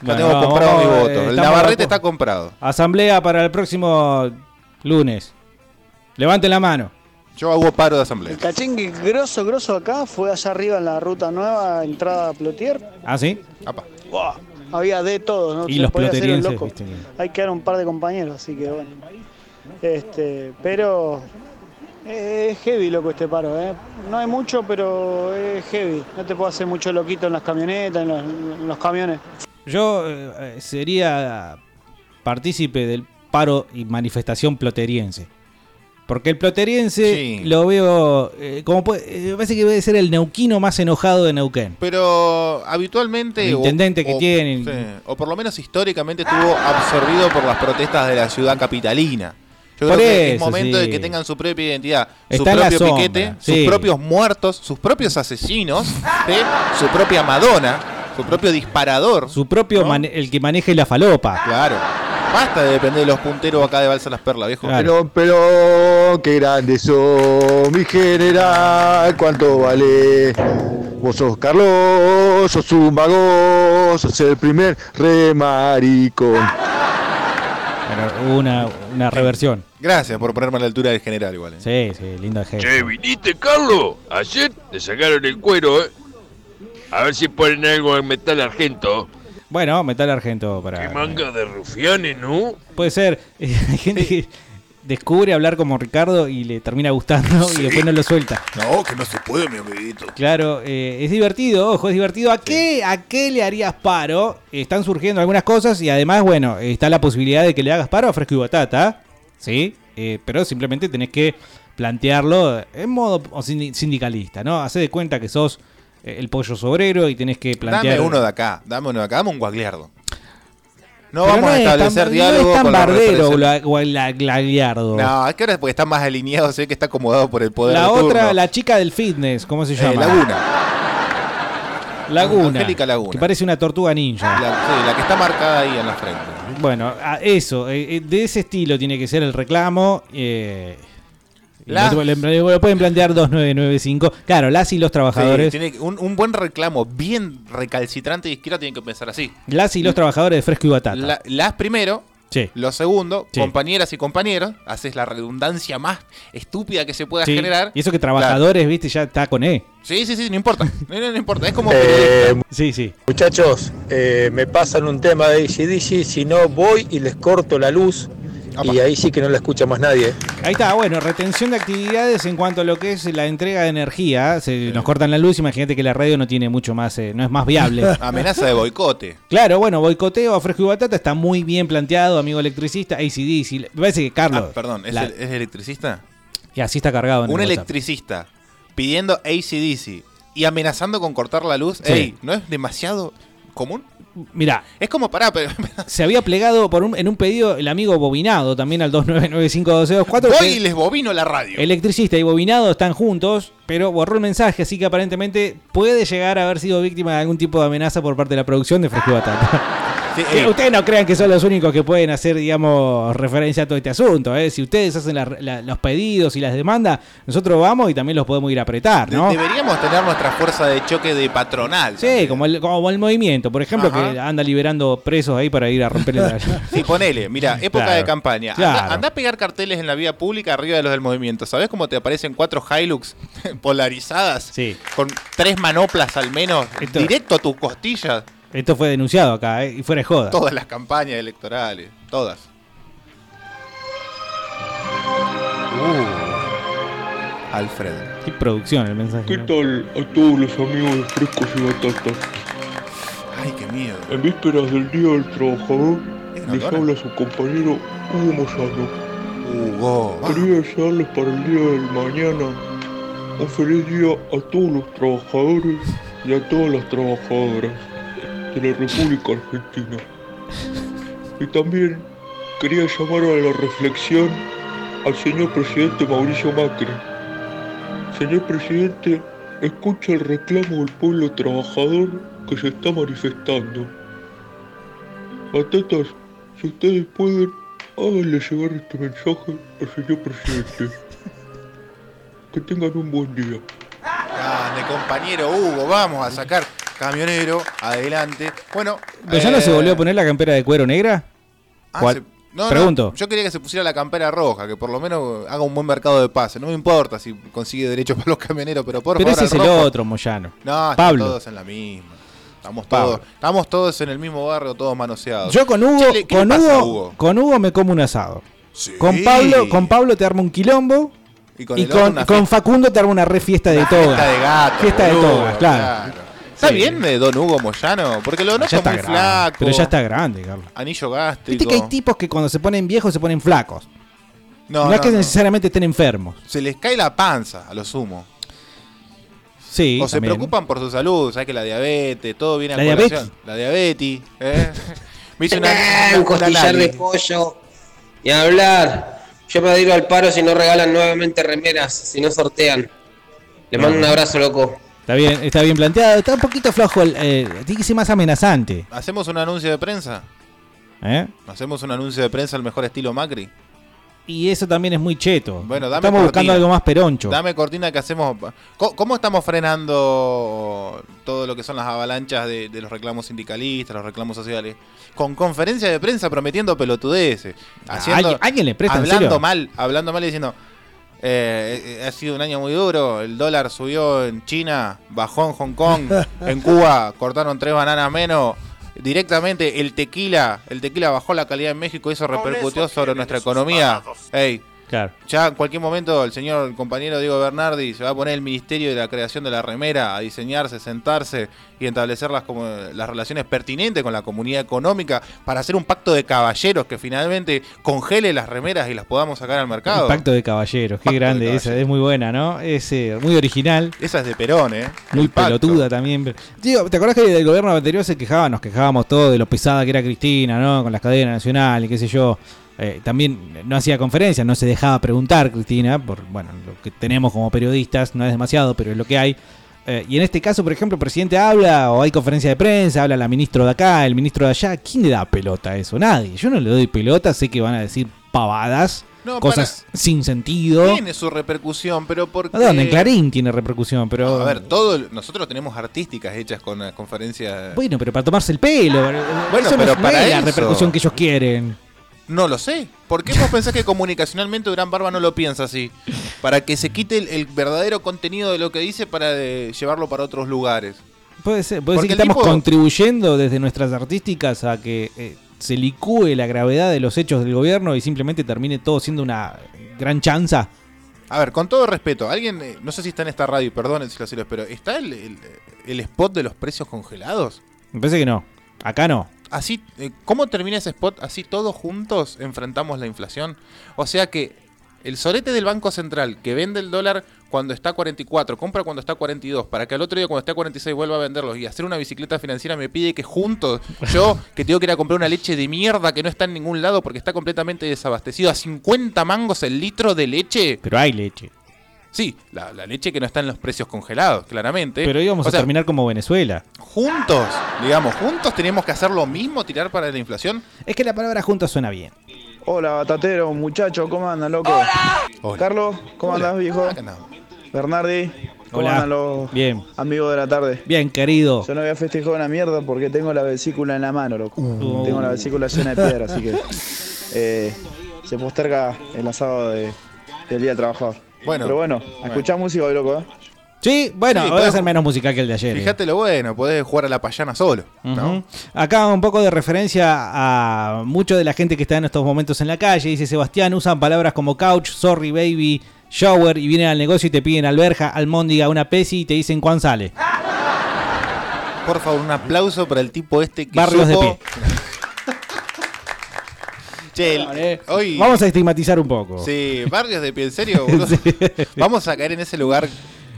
Bueno, tengo vamos, comprado mi vamos, eh, voto. El estamos de Navarrete acuerdo. está comprado. Asamblea para el próximo lunes. Levanten la mano. Yo hago paro de asamblea. El cachín que grosso, grosso acá fue allá arriba en la ruta nueva, entrada a Plotier. ¿Ah, sí? Buah, Había de todo, ¿no? Y Se los podía hacer el ploterienses, loco. viste Hay que dar un par de compañeros, así que bueno. Este, pero eh, es heavy, loco, este paro, ¿eh? No hay mucho, pero es heavy. No te puedo hacer mucho loquito en las camionetas, en los, en los camiones. Yo eh, sería partícipe del paro y manifestación ploteriense. Porque el ploteriense lo veo eh, como puede, eh, me parece que debe ser el neuquino más enojado de Neuquén. Pero habitualmente. El o- intendente que o- tienen. sí, o por lo menos históricamente estuvo absorbido por las protestas de la ciudad capitalina. Yo Por creo que es eso, momento sí. de que tengan su propia identidad, Está en su la propio sombra, piquete, sí. sus propios muertos, sus propios asesinos, ¿sí? su propia Madonna, su propio disparador. Su propio mane- el que maneje la falopa. Claro. Basta de depender de los punteros acá de Balsa Las Perlas, viejo. Pero, pero, qué grande son mi general, cuánto vale. Vos sos Carlos, sos un vago, sos el primer remaricón. Una, una reversión. Gracias por ponerme a la altura del general igual. ¿eh? Sí, sí, lindo gesto. Che, ¿viniste, Carlos? Ayer te sacaron el cuero, ¿eh? A ver si ponen algo en metal argento. Bueno, metal argento Qué para. manga de rufianes, ¿no? Puede ser. Hay gente que descubre hablar como Ricardo y le termina gustando y después no lo suelta. No, que no se puede, mi amiguito. Claro, eh, es divertido, ojo, es divertido. ¿A qué, ¿A qué le harías paro? Están surgiendo algunas cosas y además, bueno, está la posibilidad de que le hagas paro a Fresco y Batata, ¿sí? Eh, pero simplemente tenés que plantearlo en modo sindi- sindicalista, ¿no? Hacé de cuenta que sos eh, el pollo sobrero y tenés que plantear... Dame uno de acá, dame uno de acá, dame un guagliardo. No Pero vamos a es tan- establecer diálogo No es tan con la bardero referencia. gla- gla- glagliardo. No, es que ahora es porque está más alineado, sé que está acomodado por el poder. la de otra, turno. la chica del fitness, ¿cómo se Eh, llama? Laguna. Laguna. Angélica Laguna. Que parece una tortuga ninja. La, sí, la que está marcada ahí en la frente. Bueno, a eso, eh, eh, de ese estilo tiene que ser el reclamo. eh, y Las- lo, lo- lo pueden plantear 2995. Claro, las y los trabajadores. Sí, tiene un, un buen reclamo, bien recalcitrante de izquierda, tiene que pensar así. Las y los trabajadores de Fresco y Batata. La- las primero, Sí. lo segundo, Sí. compañeras y compañeros, haces la redundancia más estúpida que se pueda Sí, generar. Y eso que trabajadores, viste, ya está con E. Sí, sí, sí, no importa. No, no, no importa, es como... Sí, sí. Muchachos, eh, me pasan un tema de ACDC, si no voy y les corto la luz y ahí sí que no la escucha más nadie. Ahí está, bueno, retención de actividades en cuanto a lo que es la entrega de energía. Se nos cortan la luz, imagínate que la radio no tiene mucho más, eh, no es más viable. Amenaza de boicote. Claro, bueno, boicoteo a Fresco y Batata está muy bien planteado, amigo electricista, ACDC. Me parece que Carlos. Ah, perdón, ¿es, la- el- es electricista? Y así está cargado. En Un el WhatsApp. electricista pidiendo ACDC y amenazando con cortar la luz. Sí. Ey, ¿no es demasiado común? Mirá, Es como, pará, pero... se había plegado por un- en un pedido el amigo Bobinado también al 2995224. Voy que y les bobino la radio. Electricista y Bobinado están juntos, pero borró el mensaje, así que aparentemente puede llegar a haber sido víctima de algún tipo de amenaza por parte de la producción de Fresco y Batata. Sí, Que eh, ustedes no crean que son los únicos que pueden hacer, digamos, referencia a todo este asunto. ¿eh? Si ustedes hacen la- la- los pedidos y las demandas, nosotros vamos y también los podemos ir a apretar, de- ¿no? Deberíamos tener nuestra fuerza de choque de patronal. Sí, como el, como el movimiento, por ejemplo, Ajá. que anda liberando presos ahí para ir a romperle la... Sí, ponele, mira, época Claro, de campaña. claro. Anda, a pegar carteles en la vía pública arriba de los del movimiento. ¿Sabés cómo te aparecen cuatro Hilux polarizadas? Con tres manoplas al menos, Esto- directo a tus costillas. Esto fue denunciado acá, ¿eh? y fuera de joda. Todas las campañas electorales, todas. Uh. Alfredo. Qué producción el mensaje. ¿Qué ¿no? tal a todos los amigos de Frescos y Batatas? Ay, qué miedo. En vísperas del Día del Trabajador, les hora. habla su compañero Hugo Moyano. Hugo. Quería desearles para el día del mañana un feliz día a todos los trabajadores y a todas las trabajadoras de la República Argentina. Y también quería llamar a la reflexión al señor presidente Mauricio Macri. Señor presidente, escucha el reclamo del pueblo trabajador que se está manifestando. Batatas, si ustedes pueden, háganle llegar este mensaje al señor presidente. Que tengan un buen día. Grande, compañero Hugo, vamos a sacar camionero, adelante. Bueno, ¿Pero ya no eh, se volvió a poner la campera de cuero negra? ah, ¿Cuál? se- no, no, Pregunto. yo quería que se pusiera la campera roja, que por lo menos haga un buen mercado de pase. No me importa si consigue derechos para los camioneros, pero por Pero favor. ese al es el rojo. otro, Moyano. No, estamos Pablo. todos en la misma. Estamos Pablo. todos, estamos todos en el mismo barrio, todos manoseados. Yo con Hugo, Che, ¿qué le con, pasa a Hugo, con Hugo me como un asado. Con Pablo, con Pablo te armo un quilombo. Y Y con con, el otro una con fiesta. Facundo te armo una re fiesta de toga. Fiesta de gato. Fiesta de boludo, togas, claro. ¿Está bien de Don Hugo Moyano? Porque lo noto Ya está muy grande, flaco. pero ya está grande, Carlos. Anillo gástrico. Viste que hay tipos que cuando se ponen viejos se ponen flacos. No, No, no, es que no. necesariamente estén enfermos. Se les cae la panza a lo sumo. Sí, o se también. preocupan por su salud, sabes que la diabetes, todo viene a La colación. diabetes. La diabetes. ¿eh? Me hice una, un una costillar de nariz. pollo y hablar. Yo me adhiero al paro si no regalan nuevamente remeras, si no sortean. Le mando un abrazo, loco. Está bien, está bien planteado. Está un poquito flojo. el- eh, tiene que ser más amenazante. ¿Hacemos un anuncio de prensa? ¿eh? ¿Hacemos un anuncio de prensa al mejor estilo Macri? Y eso también es muy cheto. Bueno, dame Estamos buscando cortina. algo más peroncho. Dame cortina que hacemos. ¿Cómo, cómo estamos frenando todo lo que son las avalanchas de, de los reclamos sindicalistas, los reclamos sociales? Con conferencia de prensa prometiendo pelotudeces. Haciendo, ¿alguien- alguien le presta, en Hablando serio? mal, hablando mal y diciendo. eh, eh, ha sido un año muy duro. El dólar subió en China, bajó en Hong Kong, en Cuba cortaron tres bananas menos. Directamente el tequila, el tequila bajó la calidad en México y eso repercutió sobre nuestra economía. Ey, Claro. ya en cualquier momento el señor, el compañero Diego Bernardi, se va a poner el Ministerio de la Creación de la Remera a diseñarse, sentarse y establecer las, como- las relaciones pertinentes con la comunidad económica para hacer un pacto de caballeros que finalmente congele las remeras y las podamos sacar al mercado. El pacto de caballeros, qué grande esa, es muy buena, ¿no? Es eh, muy original. Esa es de Perón, ¿eh? Muy pelotuda también. Digo, ¿te acordás que del gobierno anterior se quejaba? Nos quejábamos todos de lo pesada que era Cristina, ¿no? Con las cadenas nacionales, qué sé yo. Eh, también no hacía conferencias, no se dejaba preguntar Cristina, por, bueno, lo que tenemos como periodistas no es demasiado, pero es lo que hay. Eh, y en este caso, por ejemplo, el presidente habla o hay conferencia de prensa, habla la ministra de acá, el ministro de allá. ¿Quién le da pelota a eso? Nadie. Yo no le doy pelota, sé que van a decir pavadas, No, cosas sin sentido. Tiene su repercusión, pero porque... ¿A dónde? En Clarín tiene repercusión, pero... A ver, todo el- nosotros tenemos artísticas hechas con eh, conferencias... Bueno, pero para tomarse el pelo. Ah. eh, Bueno, eso no pero es- no para es la eso. repercusión que ellos quieren. No lo sé. ¿Por qué vos pensás que comunicacionalmente Durán Barba no lo piensa así? Para que se quite el, el verdadero contenido de lo que dice para eh, llevarlo para otros lugares. Puede ser, puede Porque ser que el estamos tipo- contribuyendo desde nuestras artísticas a que eh, se licúe la gravedad de los hechos del gobierno y simplemente termine todo siendo una gran chanza. A ver, con todo respeto, alguien, eh, no sé si está en esta radio, perdonen si lo hacéis, pero ¿está el, el- el spot de los precios congelados? Me parece que no. Acá no. Así, eh, ¿cómo termina ese spot? Así todos juntos enfrentamos la inflación. O sea que el solete del Banco Central que vende el dólar cuando está a 44, compra cuando está a 42, para que al otro día cuando esté a 46 vuelva a venderlos y hacer una bicicleta financiera me pide que juntos, yo que tengo que ir a comprar una leche de mierda que no está en ningún lado porque está completamente desabastecido, a 50 mangos el litro de leche. Pero hay leche. Sí, la, la leche que no está en los precios congelados, claramente. Pero íbamos O a sea, terminar como Venezuela. juntos, digamos, juntos teníamos que hacer lo mismo, tirar para la inflación. Es que la palabra juntos suena bien. Hola, batatero, muchachos, ¿cómo andan, loco? Hola. Carlos, ¿cómo andás, Ah, viejo? Bernardi, ¿cómo Hola. andan los Bien. amigos de la tarde? Bien, querido. Yo no había festejado una mierda porque tengo la vesícula en la mano, loco. Tengo la vesícula llena de piedra, así que eh, se posterga el asado de- del Día del Trabajador. Bueno. Pero bueno, a escuchar música hoy, loco, ¿eh? Sí, bueno, Sí, voy a podemos- ser menos musical que el de ayer. eh. Fíjate lo bueno, podés jugar a la payana solo. Ujú. Acá un poco de referencia a mucho de la gente que está en estos momentos en la calle. Dice Sebastián, usan palabras como couch, sorry baby, shower y vienen al negocio y te piden alberja, almóndiga, una pesi y te dicen cuán sale. Por favor, un aplauso para el tipo este que Barrios de supo- Che, el- eh. hoy... Vamos a estigmatizar un poco. Sí, barrios de pie, en serio, boludo? Vamos a caer en ese lugar.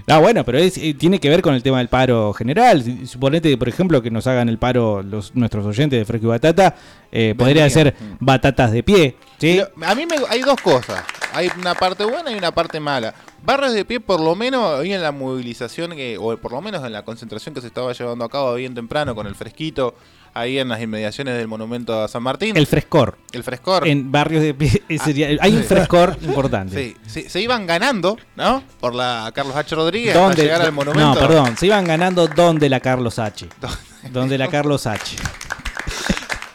Ah, bueno, pero es- eh, tiene que ver con el tema del paro general. Si- Suponete, por ejemplo, que nos hagan el paro los, nuestros oyentes de Fresco y Batata. eh, podría ser batatas de pie. ¿sí? Mm. Lo- A mí me, hay dos cosas. Hay una parte buena y una parte mala. Barrios de pie, por lo menos hoy en la movilización, que, o por lo menos en la concentración que se estaba llevando a cabo bien temprano con el fresquito, ahí en las inmediaciones del monumento a San Martín. El frescor. El frescor. Ah. En barrios de pie eh, sería- hay un sí. frescor importante. Sí, sí, se iban ganando, ¿no? Por la Carlos H. Rodríguez hasta ¿Dónde- llegar al monumento. No, perdón, se iban ganando donde la Carlos H. Donde la Carlos H.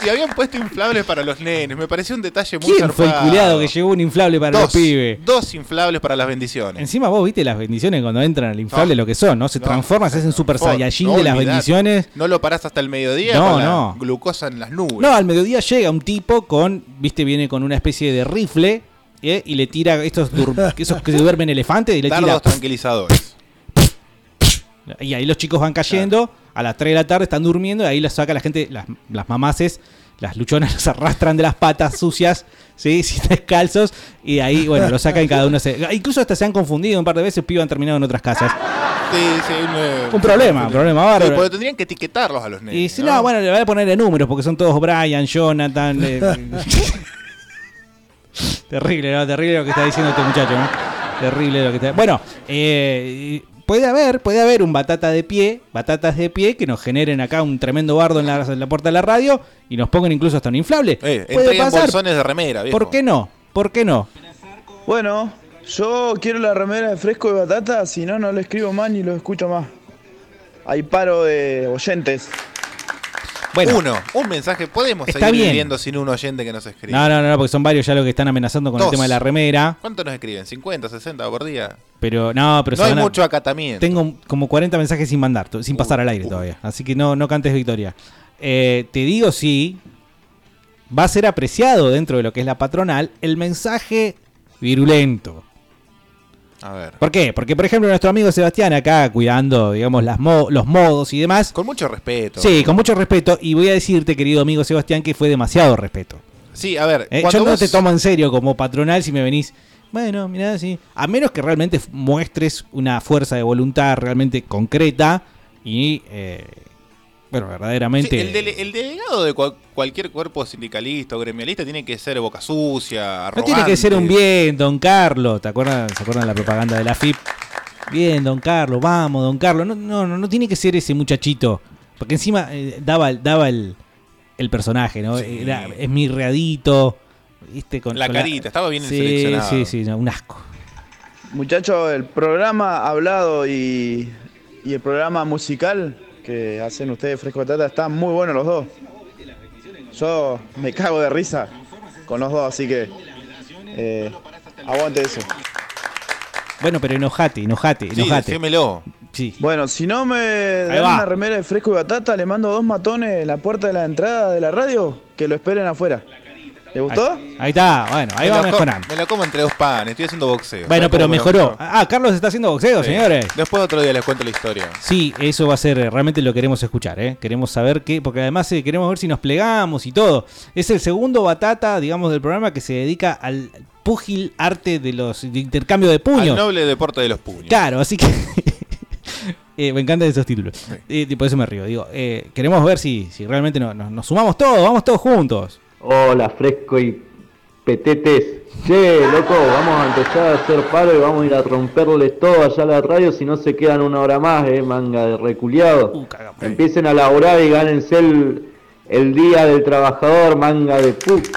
Y habían puesto inflables para los nenes. Me pareció un detalle muy ¿Quién fue el zarpado. culiado que llevó un inflable para dos, los pibes? Dos inflables para las bendiciones. Encima vos viste las bendiciones cuando entran al inflable, lo que son, ¿no? Se transforman, se hacen super Por- saiyajin no, de las olvidate. bendiciones. No lo parás hasta el mediodía No, con la no. glucosa en las nubes. No, al mediodía llega un tipo con, viste, viene con una especie de rifle ¿eh? y le tira estos, dur- esos que duermen elefantes y le Dardos tira. tranquilizadores. Y ahí los chicos van cayendo, a las 3 de la tarde están durmiendo y ahí las saca la gente, las, las mamaces, las luchonas los arrastran de las patas sucias, ¿sí? sin descalzos, y ahí, bueno, los sacan y cada uno se... Incluso hasta se han confundido un par de veces, pibes han terminado en otras casas. Sí, sí, un, eh, Un problema, un problema bárbaro. Sí, porque tendrían que etiquetarlos a los nenes. Y si no, bueno, le voy a ponerle números porque son todos Brian, Jonathan. eh, terrible, ¿no? Terrible lo que está diciendo este muchacho, ¿no? Terrible lo que está. Bueno, eh, puede haber, puede haber un batata de pie, batatas de pie que nos generen acá un tremendo bardo en la, en la puerta de la radio y nos pongan incluso hasta un inflable. Eh, puede entreguen pasar. bolsones de remera, viejo. ¿Por qué no? ¿Por qué no? Bueno, yo quiero la remera de fresco de batata, si no, no le escribo más ni lo escucho más. Hay paro de oyentes. Bueno. uno, un mensaje. Podemos Está seguir bien. viviendo sin un oyente que nos escribe. No, no, no, porque son varios ya los que están amenazando con el Dos. tema de la remera. ¿Cuánto nos escriben? ¿50, 60 por día? Pero no, pero No hay mucho acatamiento. Tengo como 40 mensajes sin mandar, to- sin pasar al aire todavía. Así que no, no cantes victoria. Eh, te digo sí, va a ser apreciado dentro de lo que es la patronal el mensaje virulento. A ver. ¿Por qué? Porque, por ejemplo, nuestro amigo Sebastián acá cuidando, digamos, las mo- los modos y demás. Con mucho respeto. Sí, con mucho respeto. Y voy a decirte, querido amigo Sebastián, que fue demasiado respeto. Sí, a ver. Eh, cuando yo no vos- te tomo en serio como patronal si me venís. Bueno, mirá, sí. A menos que realmente f- muestres una fuerza de voluntad realmente concreta y, eh, bueno, Sí, verdaderamente. el, dele- el delegado de cual- cualquier cuerpo sindicalista o gremialista tiene que ser boca sucia, no tiene que ser un bien, don Carlos. ¿Te acuerdan, ¿Se acuerdan la propaganda de la FIP? Bien, don Carlos, vamos, don Carlos. No, no, no, no tiene que ser ese muchachito. Porque encima eh, daba, el- daba el, el personaje, ¿no? Sí. Era, es mi readito. ¿viste? Con, La con carita, estaba bien sí, seleccionado. Sí, sí, no, un asco. Muchachos, el programa hablado y, y el programa musical que hacen ustedes Fresco de Tata están muy buenos los dos. Yo me cago de risa con los dos, así que eh, aguante eso. Bueno, pero enojate, enojate, Sí, enojate. decímelo. Sí. Bueno, si no me Ahí dan va. una remera de fresco y batata, le mando dos matones en la puerta de la entrada de la radio que lo esperen afuera. ¿Le gustó? Ahí, ahí está, bueno, ahí Me va lo co- mejorando. Me lo como entre dos panes, estoy haciendo boxeo. Bueno, ¿Sabés pero cómo me mejoró. mejoró? Ah, Carlos está haciendo boxeo, Sí. señores. Después otro día les cuento la historia. Sí, eso va a ser, eh, realmente lo queremos escuchar, ¿eh? Queremos saber qué, porque además eh, queremos ver si nos plegamos y todo. Es el segundo batata, digamos, del programa que se dedica al púgil arte de los de intercambio de Al puños. noble deporte de los puños. Claro, así que. eh, me encantan esos títulos. Eh, y por eso me río. Digo, eh, queremos ver si, si realmente no- no- nos sumamos todos, vamos todos juntos. Hola, fresco y petetes. Che, loco, vamos a empezar a hacer paro y vamos a ir a romperle todo allá a la radio si no se quedan una hora más, eh, manga de reculiado. Uh, Empiecen a laburar y gánense el, el día del trabajador, manga de put.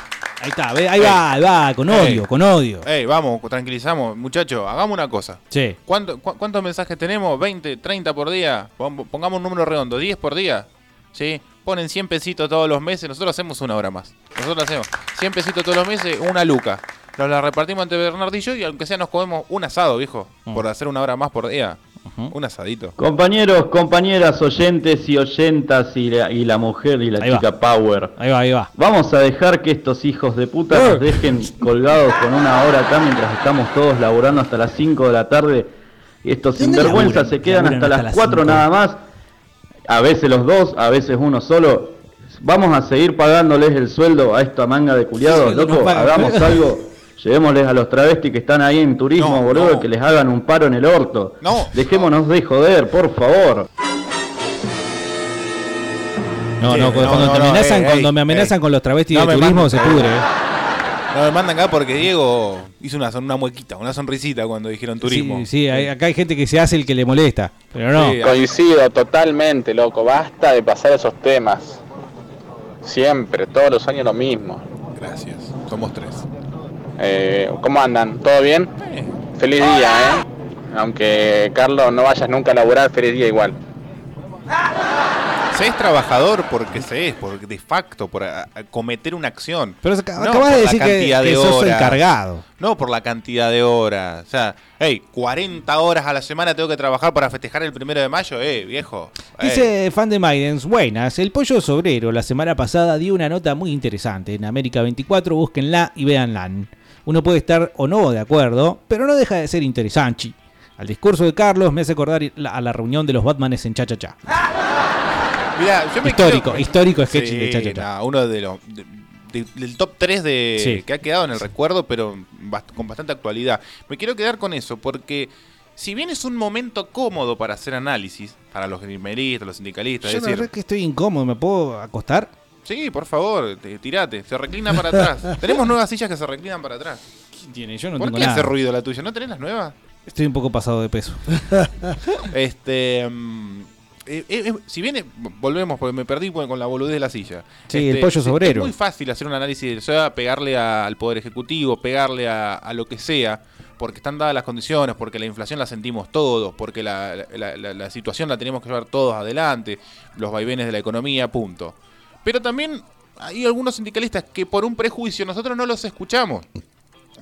Ahí está, ve, ahí va, ahí va, con odio, Ey. con odio. Ey, vamos, tranquilizamos. Muchachos, hagamos una cosa. Sí. ¿Cuánto- cu- ¿Cuántos mensajes tenemos? ¿20, 30 por día? Pon- Pongamos un número redondo, 10 por día. ¿Sí? Ponen 100 pesitos todos los meses, nosotros hacemos una hora más. Nosotros hacemos 100 pesitos todos los meses, una luca. Nos la repartimos entre Bernardillo y aunque sea nos comemos un asado, viejo, Mm. por hacer una hora más por día. Un asadito. Compañeros, compañeras, oyentes y oyentas y la, y la mujer y la chica Power. Ahí va, ahí va. Vamos a dejar que estos hijos de puta nos dejen colgados con una hora acá mientras estamos todos laburando hasta las 5 de la tarde. Estos ¿Dónde sinvergüenzas laburan? se quedan Laburan hasta, hasta las las 4 cinco. nada más. A veces los dos, a veces uno solo. Vamos a seguir pagándoles el sueldo a esta manga de culiados, Sí, no loco. pagan. Hagamos algo. Llevémosles a los travestis que están ahí en turismo, boludo, que les hagan un paro en el orto. No. Dejémonos de joder, por favor. No, Sí, no, cuando, no, cuando no, te no, amenazan, ey, cuando ey, me amenazan ey. con los travestis No de me turismo manden- se pudre. eh. No me mandan acá porque Diego hizo una, son- una muequita, una sonrisita cuando dijeron turismo. Sí, sí, hay- acá hay gente que se hace el que le molesta, pero no. Sí, Coincido totalmente, loco. Basta de pasar esos temas. Siempre, todos los años lo mismo. Gracias. Somos tres. Eh, ¿Cómo andan? ¿Todo bien? Feliz día, ¿eh? Aunque, Carlos, no vayas nunca a laburar, feliz día igual. Se es trabajador porque se es, por, de facto, por a- a cometer una acción. Pero se ac- No acabas por de la decir que- cantidad que de sos horas. encargado. No por la cantidad de horas. O sea, hey, 40 horas a la semana tengo que trabajar para festejar el primero de mayo, eh, viejo. Ey. Dice fan de Maidens, buenas, el pollo sobrero la semana pasada dio una nota muy interesante en América 24, búsquenla y véanla. Uno puede estar o no de acuerdo, pero no deja de ser interesante. Al discurso de Carlos me hace acordar la- a la reunión de los Batmanes en Cha Cha Cha. Mirá, yo me Histórico, quiero- histórico sketch Sí, de Cha Cha Cha. nah, uno de los de- de- del top 3 de Sí. que ha quedado en el recuerdo, pero bast- con bastante actualidad. Me quiero quedar con eso porque si bien es un momento cómodo para hacer análisis para los grimeristas, los sindicalistas, Yo es la decir, verdad que estoy incómodo, ¿me puedo acostar? Sí, por favor, te- tirate. Se reclina para atrás. Tenemos nuevas sillas que se reclinan para atrás. ¿Quién tiene? Yo no ¿Por tengo qué nada. hace ruido la tuya? ¿No tenés las nuevas? Estoy un poco pasado de peso. Este. mm, eh, eh, si bien, eh, volvemos, porque me perdí con con la boludez de la silla. Este, Sí, el pollo es- sobrero. Es muy fácil hacer un análisis del SOA, pegarle a- al Poder Ejecutivo, pegarle a, a lo que sea, porque están dadas las condiciones, porque la inflación la sentimos todos, porque la, la- la- la situación la tenemos que llevar todos adelante, los vaivenes de la economía, punto. Pero también hay algunos sindicalistas que por un prejuicio nosotros no los escuchamos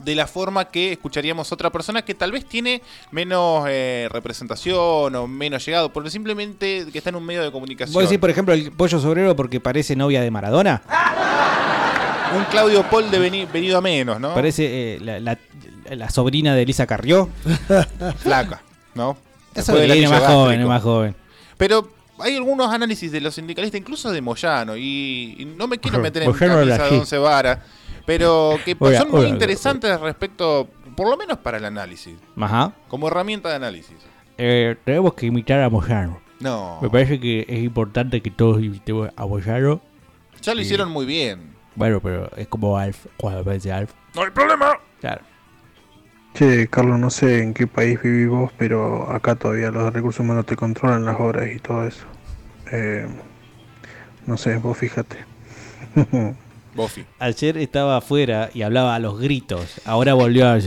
de la forma que escucharíamos otra persona que tal vez tiene menos eh, representación o menos llegado, porque simplemente que está en un medio de comunicación. ¿Vos decís, por ejemplo, el pollo sobrero porque parece novia de Maradona? Ah. Un Claudio Paul de veni- venido a menos, ¿no? Parece eh, la, la- la sobrina de Elisa Carrió. Flaca, ¿no? Es Después del anillo más gástrico. joven, es más joven. Pero hay algunos análisis de los sindicalistas, incluso de Moyano, y, y no me quiero meter en Moyano era camisa de ají. once varas, pero que Oiga, son muy oiga, interesantes respecto, por lo menos para el análisis, Ajá. como herramienta de análisis. Eh, tenemos que imitar a Moyano. No. Me parece que es importante que todos imitemos a Moyano. Ya lo Sí. hicieron muy bien. Bueno, pero es como Alf, cuando aparece Alf. ¡No hay problema! Che, Carlos, no sé en qué país vivís vos, pero acá todavía los de recursos humanos te controlan las horas y todo eso. Eh, no sé, vos fíjate. Buffy. Ayer estaba afuera y hablaba a los gritos. Ahora volvió a...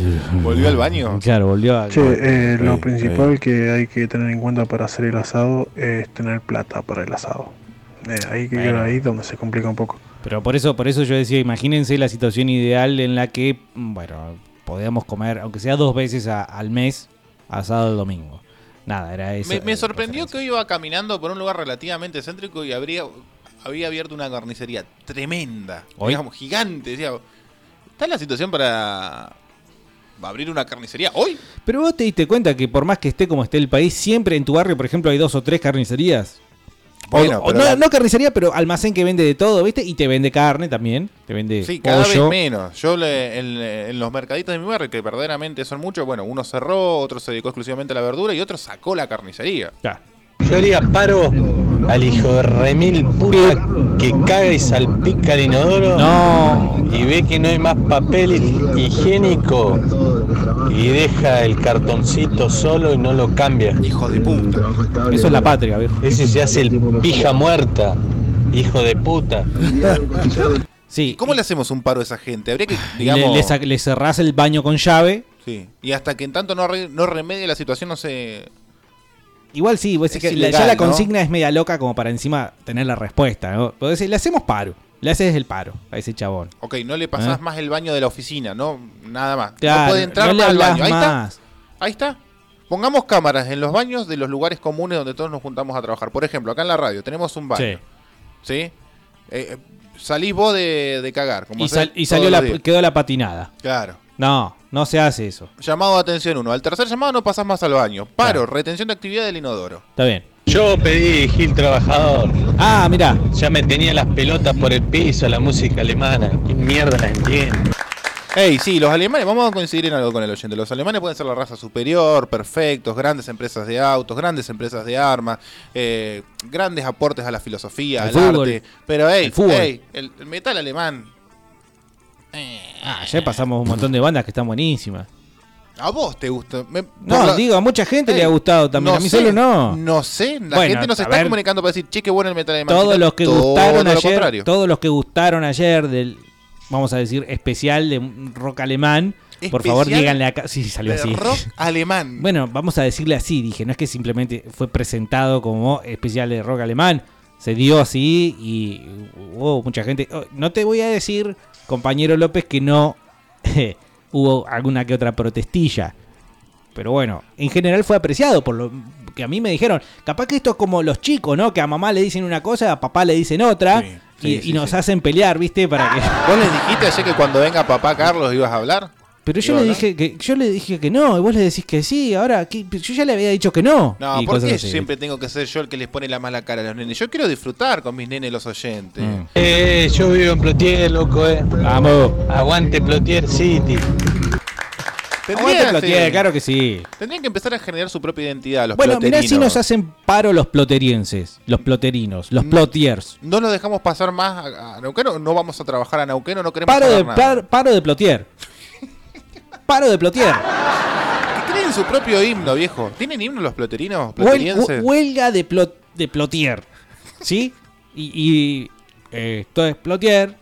¿Volvió al baño? Claro, volvió a... Che, eh, lo Sí, principal que hay que tener en cuenta para hacer el asado es tener plata para el asado. Eh, ahí que Bueno. ahí donde se complica un poco. Pero por eso, por eso yo decía, imagínense la situación ideal en la que, mm, bueno, podíamos comer, aunque sea dos veces a- al mes, asado el domingo. Nada, era eso. me, me sorprendió que hoy iba caminando por un lugar relativamente céntrico y habría, había abierto una carnicería tremenda. ¿Hoy? Digamos, gigante. Decía, ¿está la situación para abrir una carnicería hoy? Pero vos te diste cuenta que por más que esté como esté el país, siempre en tu barrio, por ejemplo, hay dos o tres carnicerías. O- Bueno, o pero no, la- no carnicería, pero almacén que vende de todo, ¿viste? Y te vende carne también, te vende Sí, cada vez pollo. menos. Yo le- en, en los mercaditos de mi barrio, que verdaderamente son muchos, bueno, uno cerró, otro se dedicó exclusivamente a la verdura y otro sacó la carnicería. Yo haría paro al hijo de remil puta que caga y salpica el inodoro y ve que no hay más papel hi- higiénico y deja el cartoncito solo y no lo cambia. Hijo de puta. Eso es la patria, viejo. Ese se hace el pija muerta, hijo de puta. Sí. ¿Cómo le hacemos un paro a esa gente? Habría que, Y le- digamos... le sa- le cerrás el baño con llave Sí. Y hasta que en tanto no, arre- no remedie la situación, no se... Igual sí, vos decís Es que la- ya ilegal, la ¿no? consigna es media loca como para encima tener la respuesta, ¿no? Vos decís, le hacemos paro, le haces el paro a ese chabón. Ok, no le pasás ¿Eh? más el baño de la oficina, no nada más. Claro, no puede entrar no le más al hablás baño. Ahí más. está. Ahí está. Pongamos cámaras en los baños de los lugares comunes donde todos nos juntamos a trabajar. Por ejemplo, acá en la radio tenemos un baño. Sí. Eh, eh, salís vos de, de cagar. como Y, hacés sal- y todos salió los la, días. quedó la patinada. Claro. No, no se hace eso. Llamado de atención uno. Al tercer llamado no pasás más al baño. Paro, retención de actividad del inodoro. Está bien. Yo pedí Gil Trabajador. Ah, mirá. Ya me tenía las pelotas por el piso, la música alemana. ¿Qué mierda la entiendo? Ey, sí, los alemanes, vamos a coincidir en algo con el oyente. Los alemanes pueden ser la raza superior, perfectos, grandes empresas de autos, grandes empresas de armas, eh, grandes aportes a la filosofía, Al al fútbol. arte. Pero, ey, Al fútbol. ey, el, el metal alemán, Ayer pasamos un montón de bandas que están buenísimas. a vos te gusta. Me- No, por la- digo, a mucha gente Ey, le ha gustado también. no a mí sé, solo no. No sé, la Bueno, gente nos a está ver, comunicando para decir, che, qué bueno el metal alemán. Todos Sino los que todo gustaron lo ayer, contrario. todos los que gustaron ayer del, vamos a decir, especial de rock alemán, por favor Especial díganle acá. Sí, sí, salió de así. rock alemán. Bueno, vamos a decirle así, dije, no es que simplemente fue presentado como especial de rock alemán, se dio así y hubo mucha gente. Oh, No te voy a decir, compañero López, que no hubo alguna que otra protestilla. Pero bueno, en general fue apreciado por lo que a mí me dijeron. Capaz que esto es como los chicos, ¿no? Que a mamá le dicen una cosa, a papá le dicen otra sí, y, sí, y nos hacen pelear, ¿viste? Para que... ¿Vos les dijiste ayer que cuando venga papá Carlos ibas a hablar? Pero Digo, yo le ¿no? dije que yo le dije que no, y vos le decís que sí, ahora ¿qué? yo ya le había dicho que no. No, y ¿por cosas qué así. siempre tengo que ser yo el que les pone la mala cara a los nenes? Yo quiero disfrutar con mis nenes los oyentes. este. Mm. Eh, yo vivo en Plotier, loco, eh. Vamos. Aguante Plotier City. Tendrían, Aguante Plotier, sí. claro que sí. Tendrían que empezar a generar su propia identidad, los Bueno, mirá si ploterinos. nos hacen paro los ploterienses, los ploterinos, los plotiers. No nos dejamos pasar más a, a Neuqueno, no vamos a trabajar a Neuqueno, no queremos Paro saber de, nada. par- paro de plotier. Paro de plotier. Tienen su propio himno, viejo. ¿Tienen himno los ploterinos, Huel- hu- ploterienses? huelga de plot de Plotier. ¿Sí? Y, y eh, esto es Plotier.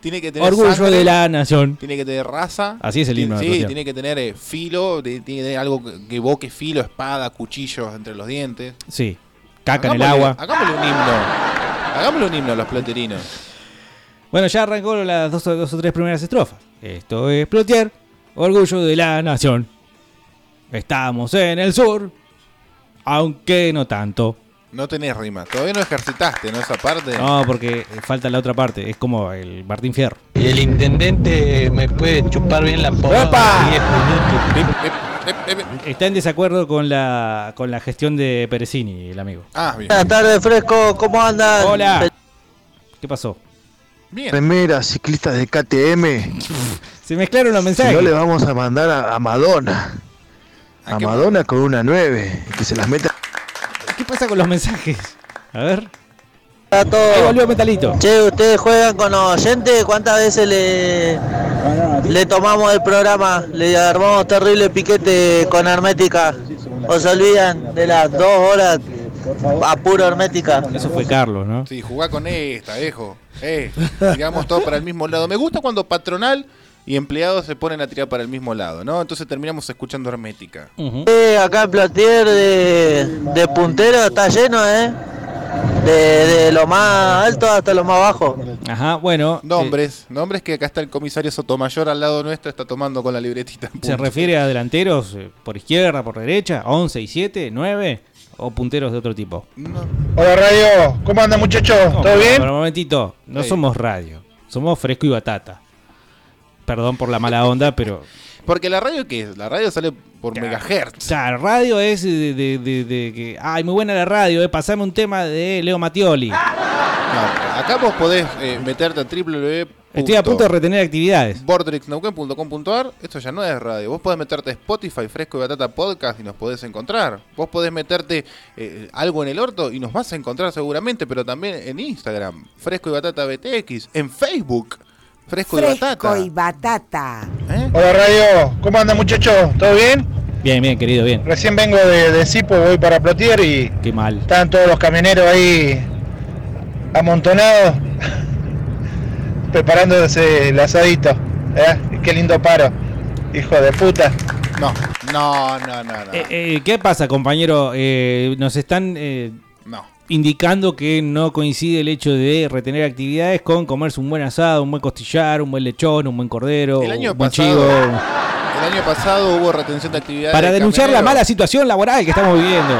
Tiene que tener Orgullo sangre, de la nación. Tiene que tener raza. Así es el Tien- himno de Sí, Rusia. tiene que tener eh, filo, de- tiene que tener algo que- que evoque filo, espada, cuchillos entre los dientes. Sí. Caca en el Hagámosle- agua. Hagámosle un himno. Hagámosle un himno a los ploterinos. Bueno, ya arrancó las dos, o- dos o tres primeras estrofas. Esto es Plotier, orgullo de la nación. Estamos en el sur, aunque no tanto. No tenés rima. Todavía no ejercitaste, ¿no? Esa parte. No, porque falta la otra parte, es como el Martín Fierro. Y el intendente me puede chupar bien la pompa. Está en desacuerdo con la, con la gestión de Peresini, el amigo. Ah, bien. Buenas tardes, Fresco, ¿cómo andan? Hola. ¿Qué pasó? Remeras, ciclistas de KTM. Se mezclaron los mensajes. Si no le vamos a mandar a, a Madonna. A, Madonna con una 9. Que se las meta. ¿Qué pasa con los mensajes? A ver. Hola a todos. volvió Metalito. Che, ¿ustedes juegan con los oyentes? ¿Cuántas veces le, le tomamos el programa? Le armamos terrible piquete con Hermética. ¿O se olvidan de las dos horas a puro Hermética? Eso fue Carlos, ¿no? Sí, jugá con esta, viejo. Eh, tiramos todo para el mismo lado. Me gusta cuando patronal y empleados se ponen a tirar para el mismo lado, ¿no? Entonces terminamos escuchando hermética. Eh, acá en Platier de, de puntero está lleno, ¿eh? De, de lo más alto hasta lo más bajo. Ajá, bueno. Nombres, nombres que acá está el comisario Sotomayor al lado nuestro, está tomando con la libretita. ¿Se refiere a delanteros eh, por izquierda, por derecha, 11 y 7, 9 o punteros de otro tipo? Hola radio, ¿cómo andan muchachos? ¿Todo No, bien? pero Un momentito, no Sí. somos radio, somos fresco y batata. Perdón por la mala onda, pero. Porque la radio, ¿qué es? La radio sale por megahertz. O sea, radio es de, de- de- de que. Ay, muy buena la radio, eh, pasame un tema de Leo Matioli. No, acá vos podés eh, meterte a www. Estoy a punto de retener actividades. Bordrixnauquén.com.ar, esto ya no es radio. Vos podés meterte a Spotify, Fresco y Batata Podcast y nos podés encontrar. Vos podés meterte eh, algo en el orto y nos vas a encontrar seguramente, pero también en Instagram, Fresco y Batata BTX, en Facebook, Fresco, y Batata. ¿Eh? batata. Hola radio, ¿cómo andan muchachos? ¿Todo bien? Bien, bien, querido, bien. Recién vengo de, de Cipo, voy para Plotier y Qué mal. están todos los camioneros ahí amontonados preparándose el asadito. ¿eh? Qué lindo paro, hijo de puta. No, no, no, no. no. Eh, eh, ¿Qué pasa, compañero? Eh, nos están eh, No. indicando que no coincide el hecho de retener actividades con comerse un buen asado, un buen costillar, un buen lechón, un buen cordero, El año un oh, buen pasado- chivo. El año pasado hubo retención de actividades. Para de denunciar la camioneros. mala situación laboral que estamos viviendo.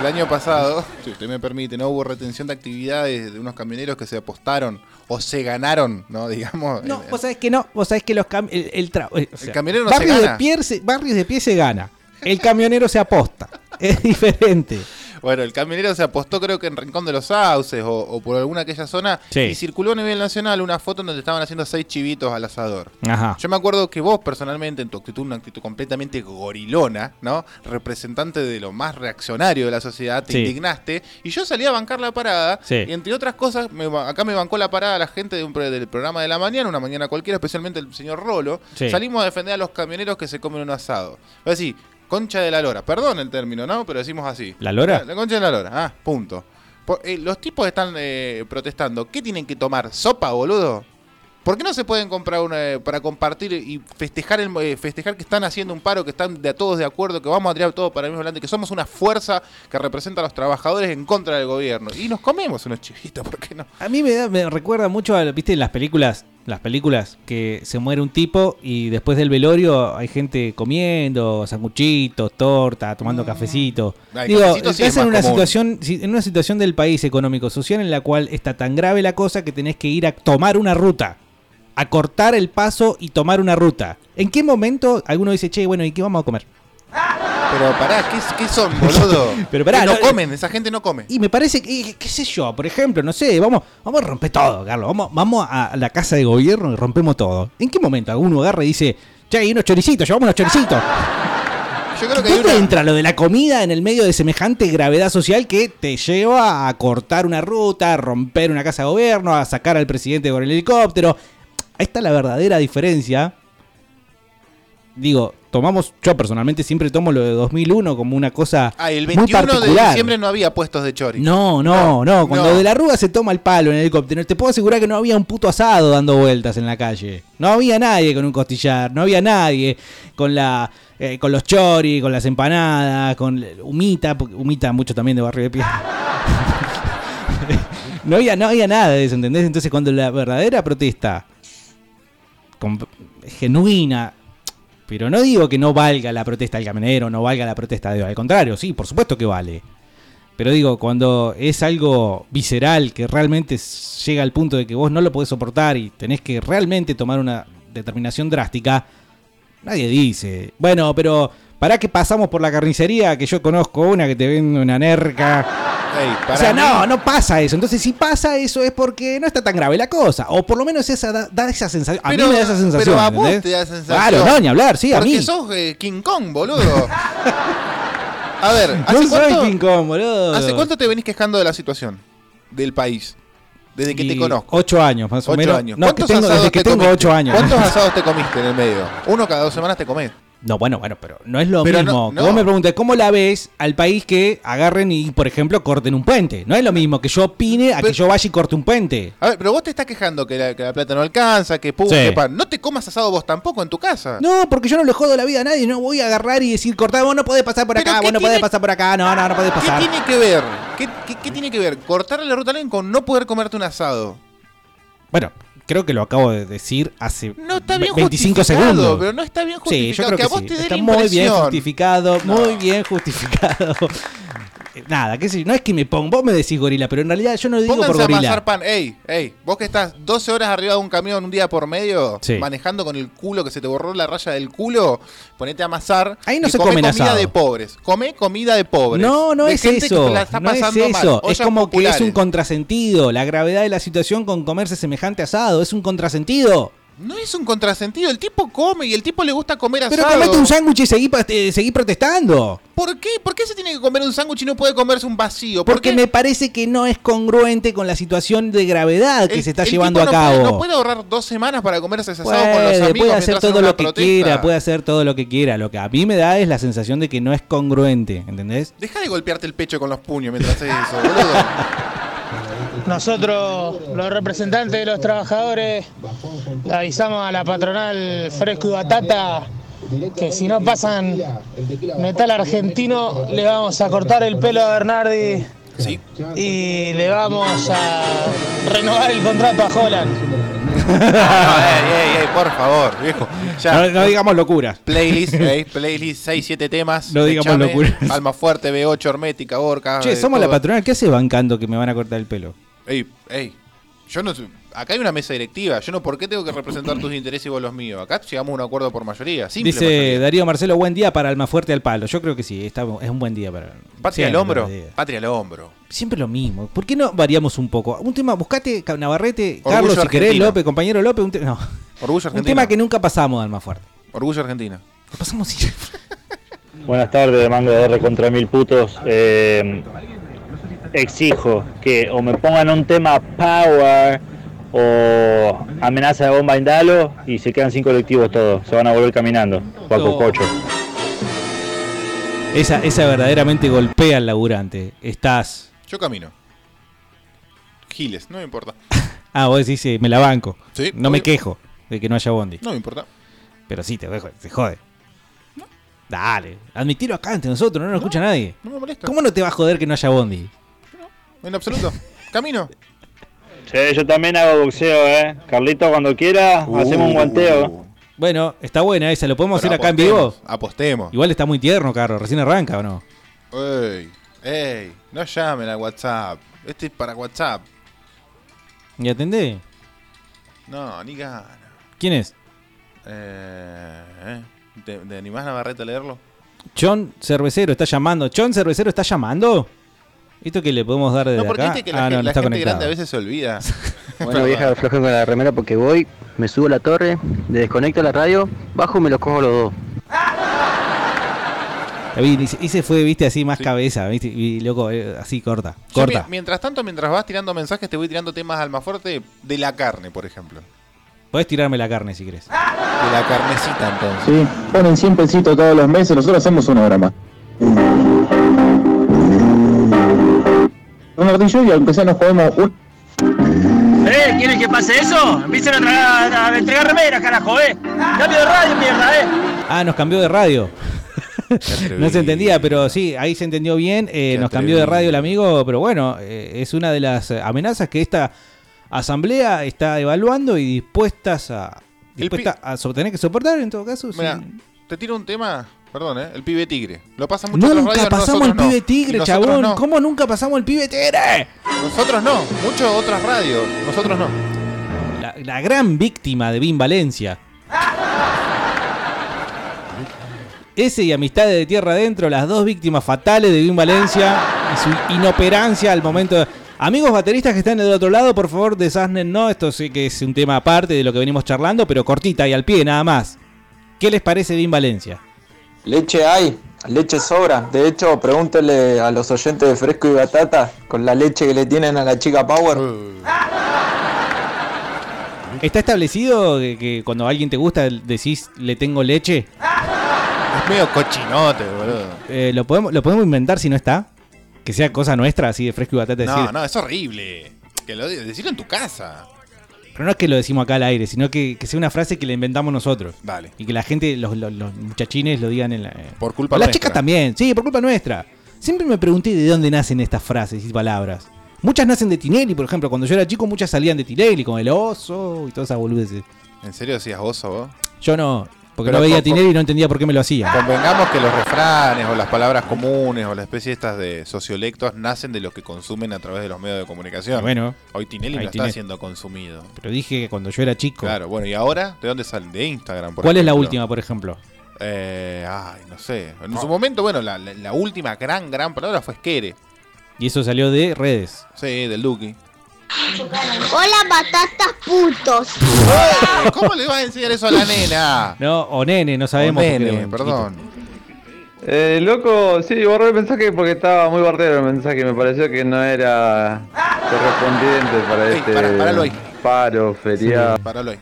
El año pasado, si usted me permite, no hubo retención de actividades de unos camioneros que se apostaron o se ganaron, ¿no? Digamos. No, el- vos sabés que no, vos sabés que los cam- el, el, tra- eh, o sea, camionero no se barrios gana. De pie se- barrios de pie se gana. El camionero se aposta. Es diferente. Bueno, el camionero se apostó creo que en Rincón de los Sauces o, o por alguna aquella zona Sí. y circuló a nivel nacional una foto en donde estaban haciendo seis chivitos al asador. Ajá. Yo me acuerdo que vos personalmente, en tu actitud, una actitud completamente gorilona, ¿no? Representante de lo más reaccionario de la sociedad, te Sí. indignaste. Y yo salí a bancar la parada. Sí. Y entre otras cosas, me ba- acá me bancó la parada la gente de un pro- del programa de la mañana, una mañana cualquiera, especialmente el señor Rolo. Sí. Salimos a defender a los camioneros que se comen un asado. Así, concha de la lora. Perdón el término, ¿no? Pero decimos así. ¿La lora? La concha de la lora. Ah, punto. Por- eh, los tipos están eh, protestando. ¿Qué tienen que tomar? ¿Sopa, boludo? ¿Por qué no se pueden comprar una eh, para compartir y festejar el, eh, festejar que están haciendo un paro, que están de a todos de acuerdo, que vamos a tirar todo para el mismo adelante, que somos una fuerza que representa a los trabajadores en contra del gobierno? Y nos comemos unos chivitos, ¿por qué no? A mí me, da- me recuerda mucho, a, viste, en las películas, las películas que se muere un tipo y después del velorio hay gente comiendo, sanguchitos, torta, tomando cafecito. Ay, Digo, cafecito sí es estás en más una común. situación, si- en una situación del país económico social en la cual está tan grave la cosa que tenés que ir a tomar una ruta, a cortar el paso y tomar una ruta. ¿En qué momento alguno dice, che, bueno, ¿y qué vamos a comer? Pero pará, ¿qué, qué son, boludo? Pero pará, Que no, no- comen, esa gente no come. Y me parece que, y qué sé yo, por ejemplo, no sé, vamos, vamos a romper todo, Carlos. Vamos, vamos a la casa de gobierno y rompemos todo. ¿En qué momento alguno agarra y dice, che, hay unos choricitos, llevamos unos choricitos? Ah, Yo creo que hay ¿Dónde una, entra lo de la comida en el medio de semejante gravedad social que te lleva a cortar una ruta, a romper una casa de gobierno, a sacar al presidente con el helicóptero? Ahí está la verdadera diferencia digo, tomamos, yo personalmente siempre tomo lo de 2001 como una cosa Ah, el muy 21 de particular. diciembre no había puestos de chori. No, no, no. Cuando no. de la Rúa se toma el palo en el helicóptero, te puedo asegurar que no había un puto asado dando vueltas en la calle. No había nadie con un costillar, no había nadie con la eh, con los choris, con las empanadas, con la- humita, porque humita mucho también de barrio de piedra. no, había, no había nada de eso, ¿entendés? Entonces cuando la verdadera protesta con- genuina pero no digo que no valga la protesta del camionero, no valga la protesta de... Al contrario, sí, por supuesto que vale. Pero digo, cuando es algo visceral que realmente s- llega al punto de que vos no lo podés soportar y tenés que realmente tomar una determinación drástica, nadie dice, bueno, pero ¿para que pasamos por la carnicería? Que yo conozco una que te vende una Ah, nerca. O sea, no, no pasa eso. Entonces, si pasa eso es porque no está tan grave la cosa. O por lo menos esa da, da esa sensación. A mí me da esa sensación. Pero a vos ¿entendés? te da esa sensación. Claro, no, ni hablar, sí, a Porque mí. sos eh, King Kong, boludo. A ver, ¿hace, no cuánto, soy King Kong, boludo. hace cuánto te venís quejando de la situación del país? Desde que te Y conozco. Ocho años, más o Ocho menos. años. No, que ¿Cuántos tengo, asados desde que te tengo comiste? ocho años. ¿Cuántos asados te comiste en el medio? Uno cada dos semanas te comés. No, bueno, bueno, pero no es lo Pero mismo. no, que no. Vos me preguntas, ¿cómo la ves al país que agarren y, por ejemplo, corten un puente? No es lo mismo que yo opine a que yo vaya y corte un puente. A ver, pero vos te estás quejando que la, que la plata no alcanza, que pum, Sí. que pan. No te comas asado vos tampoco en tu casa. No, porque yo no le jodo la vida a nadie. No voy a agarrar y decir, cortá, vos no podés pasar por acá, vos no podés pasar por acá. No, no, no podés ¿Qué pasar. tiene que ver? ¿Qué, qué- qué tiene que ver? Cortarle la ruta a alguien con no poder comerte un asado. Bueno, creo que lo acabo de decir hace No está bien 25 justificado, segundos. pero no está bien Sí, yo justificado. creo que que, a vos sí. te dé la Está muy bien impresión. justificado, muy bien justificado. Eh, Nada, qué sé yo, no es que me pongo, vos me decís gorila, pero en realidad yo no lo digo Pónganse por a gorila. amasar pan. Ey, ey, vos que estás 12 horas arriba de un camión un día por medio, Sí. manejando con el culo que se te borró la raya del culo, ponete a amasar. Ahí no y se come comen comida asado. de pobres. Come comida de pobres. No, no De es gente que eso. la está No es pasando mal. eso. Es Ollas como que es un populares. contrasentido. La gravedad de la situación con comerse semejante asado es un contrasentido. No es un contrasentido. El tipo come y el tipo le gusta comer asado. Pero comete un sándwich y seguí, pa- eh, seguí protestando. ¿Por qué? ¿Por qué se tiene que comer un sándwich y no puede comerse un vacío? ¿Por Porque qué? me parece que no es congruente con la situación de gravedad que El- se está el llevando a tipo no cabo. puede- No puede ahorrar dos semanas para comerse ese asado con los Puede, amigos puede mientras hacer hacen todo una lo que protesta. quiera, puede hacer todo lo que quiera. Lo que a mí me da es la sensación de que no es congruente, ¿entendés? Deja de golpearte el pecho con los puños mientras haces eso, boludo. Nosotros, los representantes de los trabajadores, le avisamos a la patronal Fresco y Batata que si no pasan metal argentino, le vamos a cortar el pelo a Bernardi y le vamos a renovar el contrato a Holland. Ah, Ey, ey, ey, por favor, viejo. No, no digamos locura. Playlist, ey, playlist 6, 7 temas. No digamos Techame, locuras. Alma fuerte, B8, Hermética, Orca. Che, eh, somos todo. la patronal. ¿Qué hace bancando que me van a cortar el pelo? Ey, ey. Yo no sé- Acá hay una mesa directiva. Yo no, ¿por qué tengo que representar tus intereses y vos los míos? Acá llegamos a un acuerdo por mayoría. Simple Dice mayoría. Darío Marcelo, buen día para Almafuerte al palo. Yo creo que sí, está, es un buen día para. Patria al Siempre hombro. buen día. Patria al hombro. Siempre lo mismo. ¿Por qué no variamos un poco? Un tema, buscate Ca- Navarrete, Orgullo Carlos, si querés, argentino. López, compañero López. Un, te- no. Orgullo un argentino. tema que nunca pasamos de Almafuerte. Orgullo argentino. Lo pasamos sin- Buenas tardes, manga de R contra mil putos. Eh, exijo que o me pongan un tema power o amenaza de bomba indalo y se quedan sin colectivos todos. Se van a volver caminando. Paco Cocho. Esa, esa verdaderamente golpea al laburante. Estás. Yo camino. Giles, no me importa. Ah, vos decís, eh, me la banco. Sí, no me obvio. quejo de que no haya bondi. No me importa. Pero sí, te dejo, se jode. Dale, admitilo acá ante nosotros, no nos escucha nadie. No me molesta. ¿Cómo no te va a joder que no haya bondi? En absoluto. Camino. Che, yo también hago boxeo, eh. Carlito, cuando quiera, Uh. Uh. hacemos un guanteo. Bueno, está buena esa, lo podemos Pero hacer acá en vivo. Apostemos. Igual está muy tierno, Carlos, recién arranca o no. Ey, ey. No llamen a WhatsApp. Este es para WhatsApp. ¿Y atendé? No, ni gana. ¿Quién es? Eh, eh. ¿Te, te animás Navarrete a leerlo? John Cervecero está llamando. ¿John Cervecero está llamando? ¿Esto que le podemos dar desde No, porque acá? viste que la, ah, gen- no, no la está gente conectado. grande a veces se olvida. Bueno, Perdón. vieja floja con la remera porque voy, me subo a la torre, le desconecto la radio, bajo y me los cojo los dos. David, ese- ese fue, viste, así más cabeza, viste, y loco, eh, así corta, Yo mi- corta. mientras tanto, mientras vas tirando mensajes, te voy tirando temas almafuerte de la carne, por ejemplo. Podés tirarme la carne si querés. De la carnecita entonces. Sí, ponen 100 pesitos todos los meses, nosotros hacemos una hora más. Leonardo y yo, y aunque sea nos podemos un- ¿Eh? ¿Quieren que pase eso? Empiecen a, tra- a- a entregar remeras, carajo, ¿eh? Cambio de radio, mierda, ¿eh? Ah, nos cambió de radio. No se entendía, pero sí, ahí se entendió bien. eh, nos cambió de radio el amigo, pero bueno, eh, es una de las eh, amenazas que esta asamblea está evaluando y dispuestas a, dispuesta a so- tener que soportar en todo caso. sí. Mira, te tiro un tema, perdón, ¿eh? El pibe tigre. Lo pasan mucho en las Nunca radios, pasamos nosotros el no. pibe Y tigre, nosotros chabón. no. ¿Cómo nunca pasamos el pibe tigre? Nosotros no, muchas otras radios, nosotros no. La, la gran víctima de Vin Valencia. Ese y Amistades de Tierra Adentro, las dos víctimas fatales de Vin Valencia y su inoperancia al momento de... Amigos bateristas que están del otro lado, por favor, desasnen no. Esto sí que es un tema aparte de lo que venimos charlando, pero cortita y al pie nada más. ¿Qué les parece Vin Valencia? Leche hay, leche sobra. De hecho, pregúntele a los oyentes de Fresco y Batata con la leche que le tienen a la chica Power. ¿Está establecido que, que cuando a alguien te gusta decís le tengo leche? Es medio cochinote, boludo. Eh, ¿lo, podemos, ¿Lo podemos inventar si no está? Que sea cosa nuestra, así de fresco y batata decir. No, no, es horrible. Que lo digas, decirlo en tu casa. Pero no es que lo decimos acá al aire, sino que, que sea una frase que la inventamos nosotros. Dale. Y que la gente, los, los- los muchachines lo digan en la... eh. Por culpa Las nuestra. chicas también, sí, por culpa nuestra. Siempre me pregunté de dónde nacen estas frases y palabras. Muchas nacen de Tinelli, por ejemplo. Cuando yo era chico, muchas salían de Tinelli, con el oso y todas esas boludeces. ¿En serio decías oso vos? Yo no, porque Pero no veía con- Ah. a Tinelli y no entendía por qué me lo hacía. Convengamos que los refranes o las palabras comunes o las especies estas de sociolectos nacen de lo que consumen a través de los medios de comunicación. Bueno. Hoy Tinelli no Ahí está Tinelli. siendo consumido. Pero dije que cuando yo era chico. Claro, bueno, ¿y ahora? ¿De dónde salen? De Instagram, por ¿Cuál es la ejemplo. última, Ah. por ejemplo? Eh, ay, no sé. En su momento, bueno, la, la- la última gran, gran palabra fue esquere. Y eso salió de redes. Sí, del Duki. Hola, patatas putos. ¿Cómo le vas a enseñar eso a la nena? No, o nene, no sabemos. O nene, porque era un perdón. Eh, loco, sí, borré el mensaje porque estaba muy bardero el mensaje. Me pareció que no era correspondiente para este paralo ahí. paro, feriado. Paralo ahí.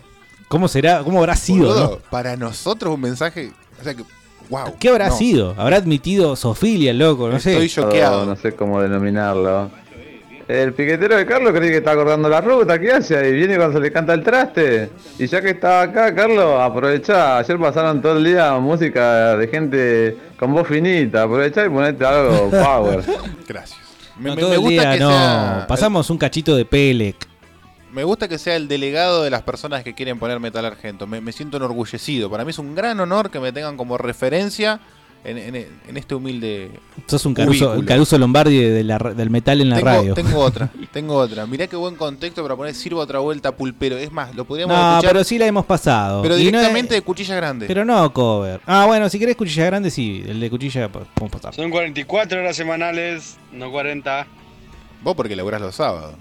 ¿Cómo será? ¿Cómo habrá sido? Boludo, no? Para nosotros un mensaje. O sea que. ¡Wow! ¿Qué habrá no. sido? ¿Habrá admitido sofilia, el loco? No sé. No, no sé cómo denominarlo. El piquetero de Carlos cree que está cortando la ruta, ¿qué hace ahí? Viene cuando se le canta el traste. Y ya que está acá, Carlos, aprovechá. Ayer pasaron todo el día música de gente con voz finita. Aprovechá y ponete algo power. Gracias. Me, No, me- todo me el gusta día, que no. sea. Pasamos un cachito de Pelec. Me gusta que sea el delegado de las personas que quieren poner metal argento. Me, me siento enorgullecido. Para mí es un gran honor que me tengan como referencia en, en- en este humilde. Sos un Caruso, cubículo. un Caruso Lombardi de la ra- del metal en la tengo, radio. tengo otra, tengo otra. Mirá qué buen contexto para poner sirvo otra vuelta pulpero. Es más, lo podríamos no, escuchar, pero sí la hemos pasado. pero Y no es- directamente de cuchilla grande. pero no cover. Ah, bueno, si querés cuchilla grande, sí. El de cuchilla po- podemos pasar. Son 44 horas semanales, no 40. Vos porque laburás los sábados.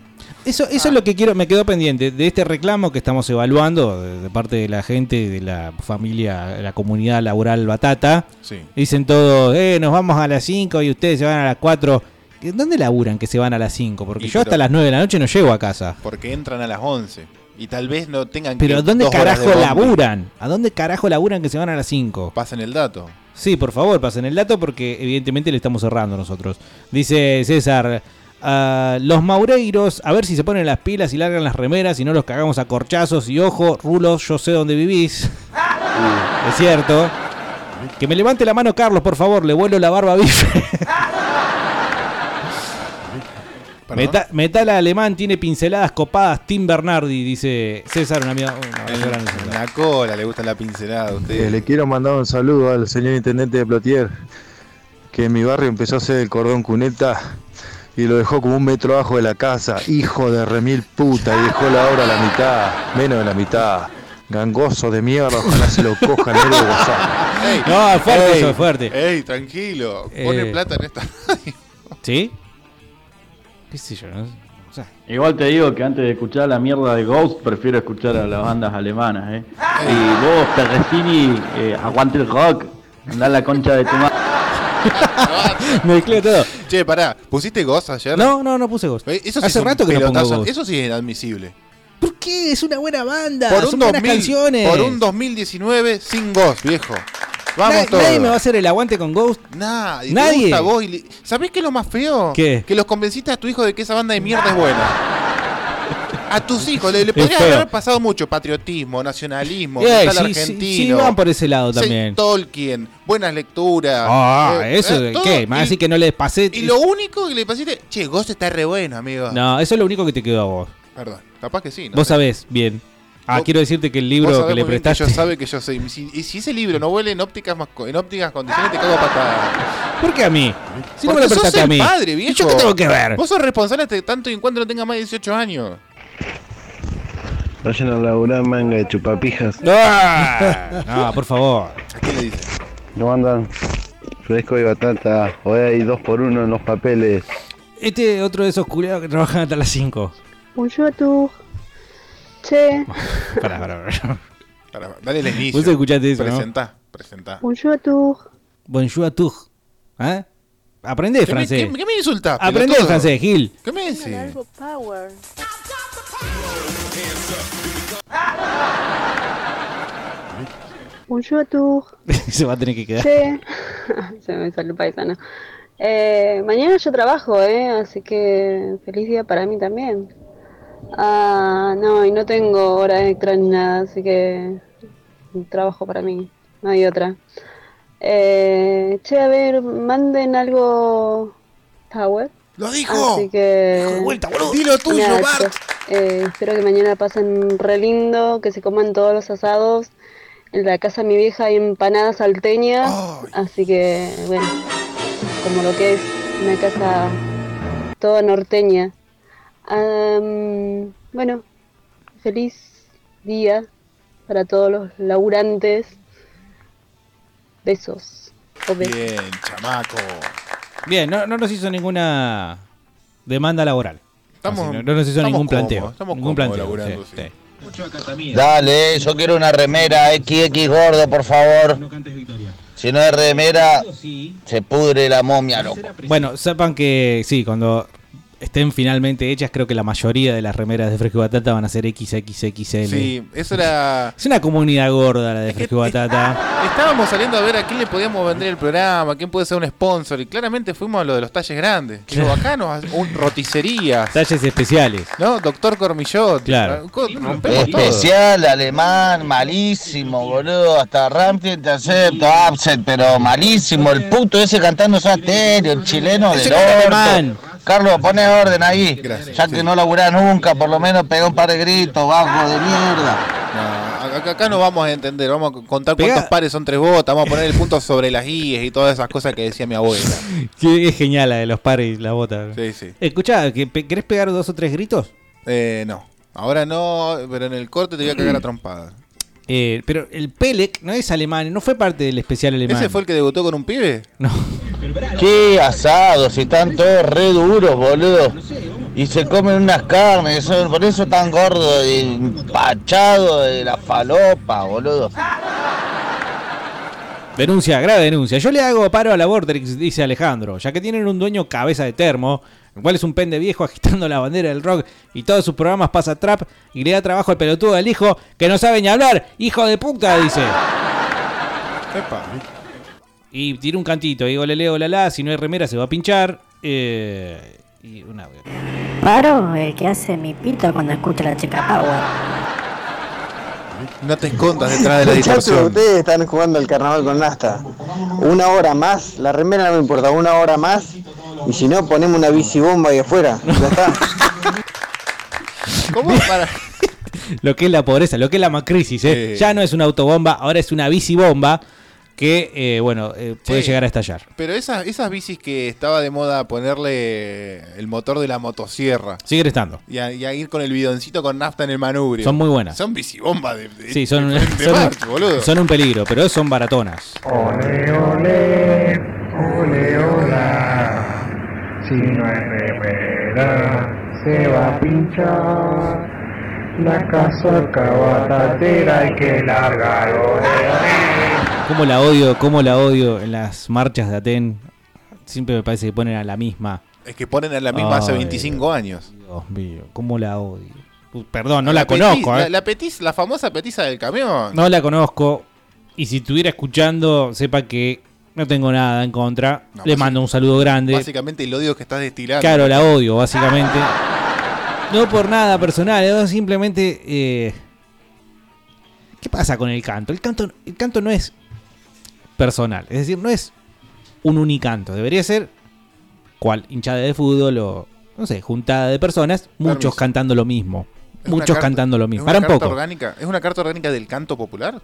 Eso, eso es lo que quiero, me quedó pendiente de este reclamo que estamos evaluando de, de parte de la gente, de la familia, de la comunidad laboral Batata. Sí. Dicen todos, eh, nos vamos a las 5 y ustedes se van a las 4. ¿Que- ¿Dónde laburan que se van a las 5? Porque Y yo hasta pero- las 9 de la noche no llego a casa. Porque entran a las 11. Y tal vez no tengan que Pero ¿dónde dos horas de carajo bondi. laburan? ¿A dónde carajo laburan que se van a las 5? Pasen el dato. Sí, por favor, pasen el dato porque evidentemente le estamos cerrando nosotros. Dice César, ah, los maureiros, a ver si se ponen las pilas y largan las remeras y no los cagamos a corchazos. Y ojo, rulos, yo sé dónde vivís. es cierto. Que me levante la mano Carlos, por favor, le vuelo la barba a bife. Meta- metal alemán tiene pinceladas copadas, Tim Bernardi, dice César, un amigo. un Eh, abrazo grande, César. La cola, le gusta la pincelada a usted. Eh, le quiero mandar un saludo al señor intendente de Plotier, que en mi barrio empezó a hacer el cordón cuneta y lo dejó como un metro abajo de la casa. Hijo de remil puta, y dejó la obra a la mitad, menos de la mitad. Gangoso de mierda, ojalá se lo cojan negro de WhatsApp. No, es fuerte Ey, eso, es fuerte. Ey, tranquilo. Pone Eh. plata en esta. ¿Sí? ¿Qué sé yo? no sé. O sea, Igual te digo que antes de escuchar la mierda de Ghost, prefiero escuchar a las bandas alemanas, ¿eh? Y vos, Perresini, eh, aguante el rock, andá a la concha de tu madre. Mezclé todo. Che, pará. ¿Pusiste Ghost ayer? No, no, no puse Ghost. Eh, Eso sí Hace es un rato que no pongo pelotazo. Ghost. Eso sí es inadmisible. qué? Es una buena banda. Por un, son buenas 2000, canciones. por un 2019 sin Ghost, viejo. Vamos Nadie- todos. Nadie me va a hacer el aguante con Ghost. Nadie. te Nadie. gusta vos y le- ¿Sabés qué es lo más feo? ¿Qué? Que los convenciste a tu hijo de que esa banda de mierda es buena. A tus hijos, le, le Es podrías feo. haber pasado mucho patriotismo, nacionalismo, Eh, metal sí, sí, argentino. sí, van por ese lado sí, también. Tolkien, buenas lecturas. Ah, eh, eso, eh, todo. ¿qué? ¿Me vas a decir que no les pasé? Y lo único que le pasaste, che, Ghost está re bueno, amigo. No, eso es lo único que te quedó a vos. Perdón, capaz que sí. no vos sé. sabés bien. Ah, Vos- quiero decirte que el Vos libro sabés que le muy bien que prestaste. yo sabe que yo sé. Y Si, y si ese libro no huele en ópticas, más, co- en ópticas condiciones, te cago a patada. ¿Por qué a mí? Si no Porque me lo prestaste sos a el mí. padre, ¿Y viejo. yo qué tengo que ver? Vos sos responsable hasta que tanto y en cuanto no tenga más de 18 años. Vayan a laburar manga de chupapijas. No, por favor. No andan. Fresco y batata. Hoy hay dos por uno en los papeles. Este es otro de esos culiados que trabajan hasta las 5. Bonjour a tous. Che, Pará, pará, pará. Pará, dale el inicio. Vos escuchaste eso, ¿no? Presentá, presentá. bonjour a tous. Bonjour a tous. ¿Eh? Aprende ¿Qué me- francés. qué me- qué me insultás, Aprende pelotudo? francés, Gil. ¿Qué me decís? Power. Bonjour a tous. Se va a tener que quedar. Che, se me salió paisano. Eh, mañana yo trabajo, ¿eh? Así que Eh, feliz día para mí también. Ah, no, y no tengo hora extra ni nada, así que trabajo para mí, no hay otra. Eh, che, a ver, manden algo power. ¡Lo dijo! Así que... vuelta, boludo. Ah, Dilo tuyo, Nada, Bart. chicos, eh, espero que mañana pasen re lindo, que se coman todos los asados. En la casa de mi vieja hay empanadas salteñas, así que bueno, como lo que es una casa toda norteña. Am, bueno, feliz día para todos los laburantes. Besos. O besos. Bien, chamaco. Ah, Bien, no, no nos hizo ninguna demanda laboral. Estamos- Así, no, no nos hizo estamos ningún cómodos, planteo. estamos cómodos ningún planteo. laburando, sí, Dale, yo quiero una remera XX gordo, por favor. Si no hay remera, se pudre la momia, loco. sí. Bueno, sepan que sí, cuando estén finalmente hechas, creo que la mayoría de las remeras de Fresco y Batata van a ser XXXL. Sí, eso era. Es una comunidad gorda la de Fresco y Batata. Estábamos saliendo a ver a quién le podíamos vender el programa, quién puede ser un sponsor. Y claramente fuimos a lo de los talles grandes. Que lo bacano, un roticería. Talles especiales. ¿No? Doctor Cormillot. "Ah, Claro. Co- rompemos todo. Especial, alemán, malísimo, boludo. Hasta Rammstein te acepto, upset, pero malísimo. El puto ese cantando Saterio, el chileno Ese del canta orto. alemán. Carlos, pone orden ahí. Ya que no laburás nunca, por lo menos pega un par de gritos, bajo de mierda. No, acá, acá no vamos a entender. Vamos a contar Pegá- cuántos pares son tres botas. Vamos a poner el punto sobre las guías y todas esas cosas que decía mi abuela. Que es genial la de los pares y la bota. Sí, sí. Escuchá, ¿que pe- ¿querés pegar dos o tres gritos? Eh, no. Ahora no, pero en el corte te voy a cagar a trompada. Eh, pero el Pelec no es alemán, no fue parte del especial alemán. ¿Ese fue el que debutó con un pibe? Qué asados, si están todos re duros, boludo. Y se comen unas carnes, son- por eso tan gordo y empachado de la falopa, boludo. Denuncia, grave denuncia. Yo le hago paro a la Vortex, dice Alejandro, ya que tienen un dueño cabeza de termo, el cual es un pende viejo agitando la bandera del rock y todos sus programas pasa trap y le da trabajo al pelotudo del hijo que no sabe ni hablar. ¡Hijo de puta! dice. Y tira un cantito, digo, le leo la la, si no hay remera se va a pinchar. Eh, y un audio. Paro el que hace mi pito cuando escucha la chica Power. No te escondas detrás de la Muchachos, distorsión. ustedes están jugando el carnaval con Nasta. Una hora más, la remera no me importa, una hora más. Y si no, ponemos una bici bomba ahí afuera. Ya está. ¿Cómo? Para... Lo que es la pobreza, lo que es la macrisis, ¿eh? Sí. Ya no es una autobomba, ahora es una bicibomba que, eh, bueno, eh, puede Sí. llegar a estallar. Pero esas, esas bicis que estaba de moda ponerle el motor de la motosierra Siguen estando. y a, y a ir con el bidoncito con nafta en el manubrio. Son muy buenas. Son bicibombas de, de- Sí, son, de frente son, march, boludo. son un peligro, pero son baratonas. Si no hay remera, se va a pinchar. La casaca batatera hay que largar. ¿Cómo la odio? ¿Cómo la odio en las marchas de Aten? Siempre me parece que ponen a la misma. Es que ponen a la misma hace Ay, 25 años. Dios mío, ¿cómo la odio? Perdón, no la, Petis, conozco, La, eh. la petis- la famosa petiza del camión. No la conozco. Y si estuviera escuchando, sepa que no tengo nada en contra. pues Le mando un saludo grande. Básicamente el odio que estás destilando. Claro, la odio, básicamente. No por nada personal, no, simplemente. eh, ¿Qué pasa con el canto? El canto, el canto no es personal, es decir, no es un unicanto. Debería ser cual hinchada de fútbol o, no sé, juntada de personas, muchos Permiso. cantando lo mismo. Es una Muchos carta- cantando lo es mismo. una Para un carta poco. Orgánica, ¿Es una carta orgánica del canto popular?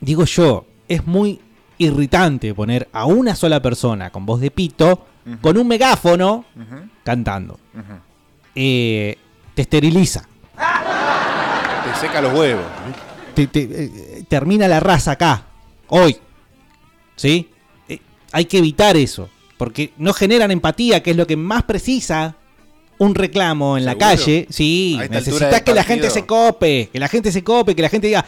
Digo yo, es muy irritante poner a una sola persona con voz de pito, Ujú. con un megáfono, Ujú, cantando. ujú. Eh, te esteriliza. Te seca los huevos. Te- te- eh, termina la raza acá, hoy. ¿Sí? Eh, hay que evitar eso, porque no generan empatía, que es lo que más precisa un reclamo en la ¿Seguro? calle. Sí, A esta altura necesitas del que la partido. gente se cope, que la gente se cope, que la gente diga,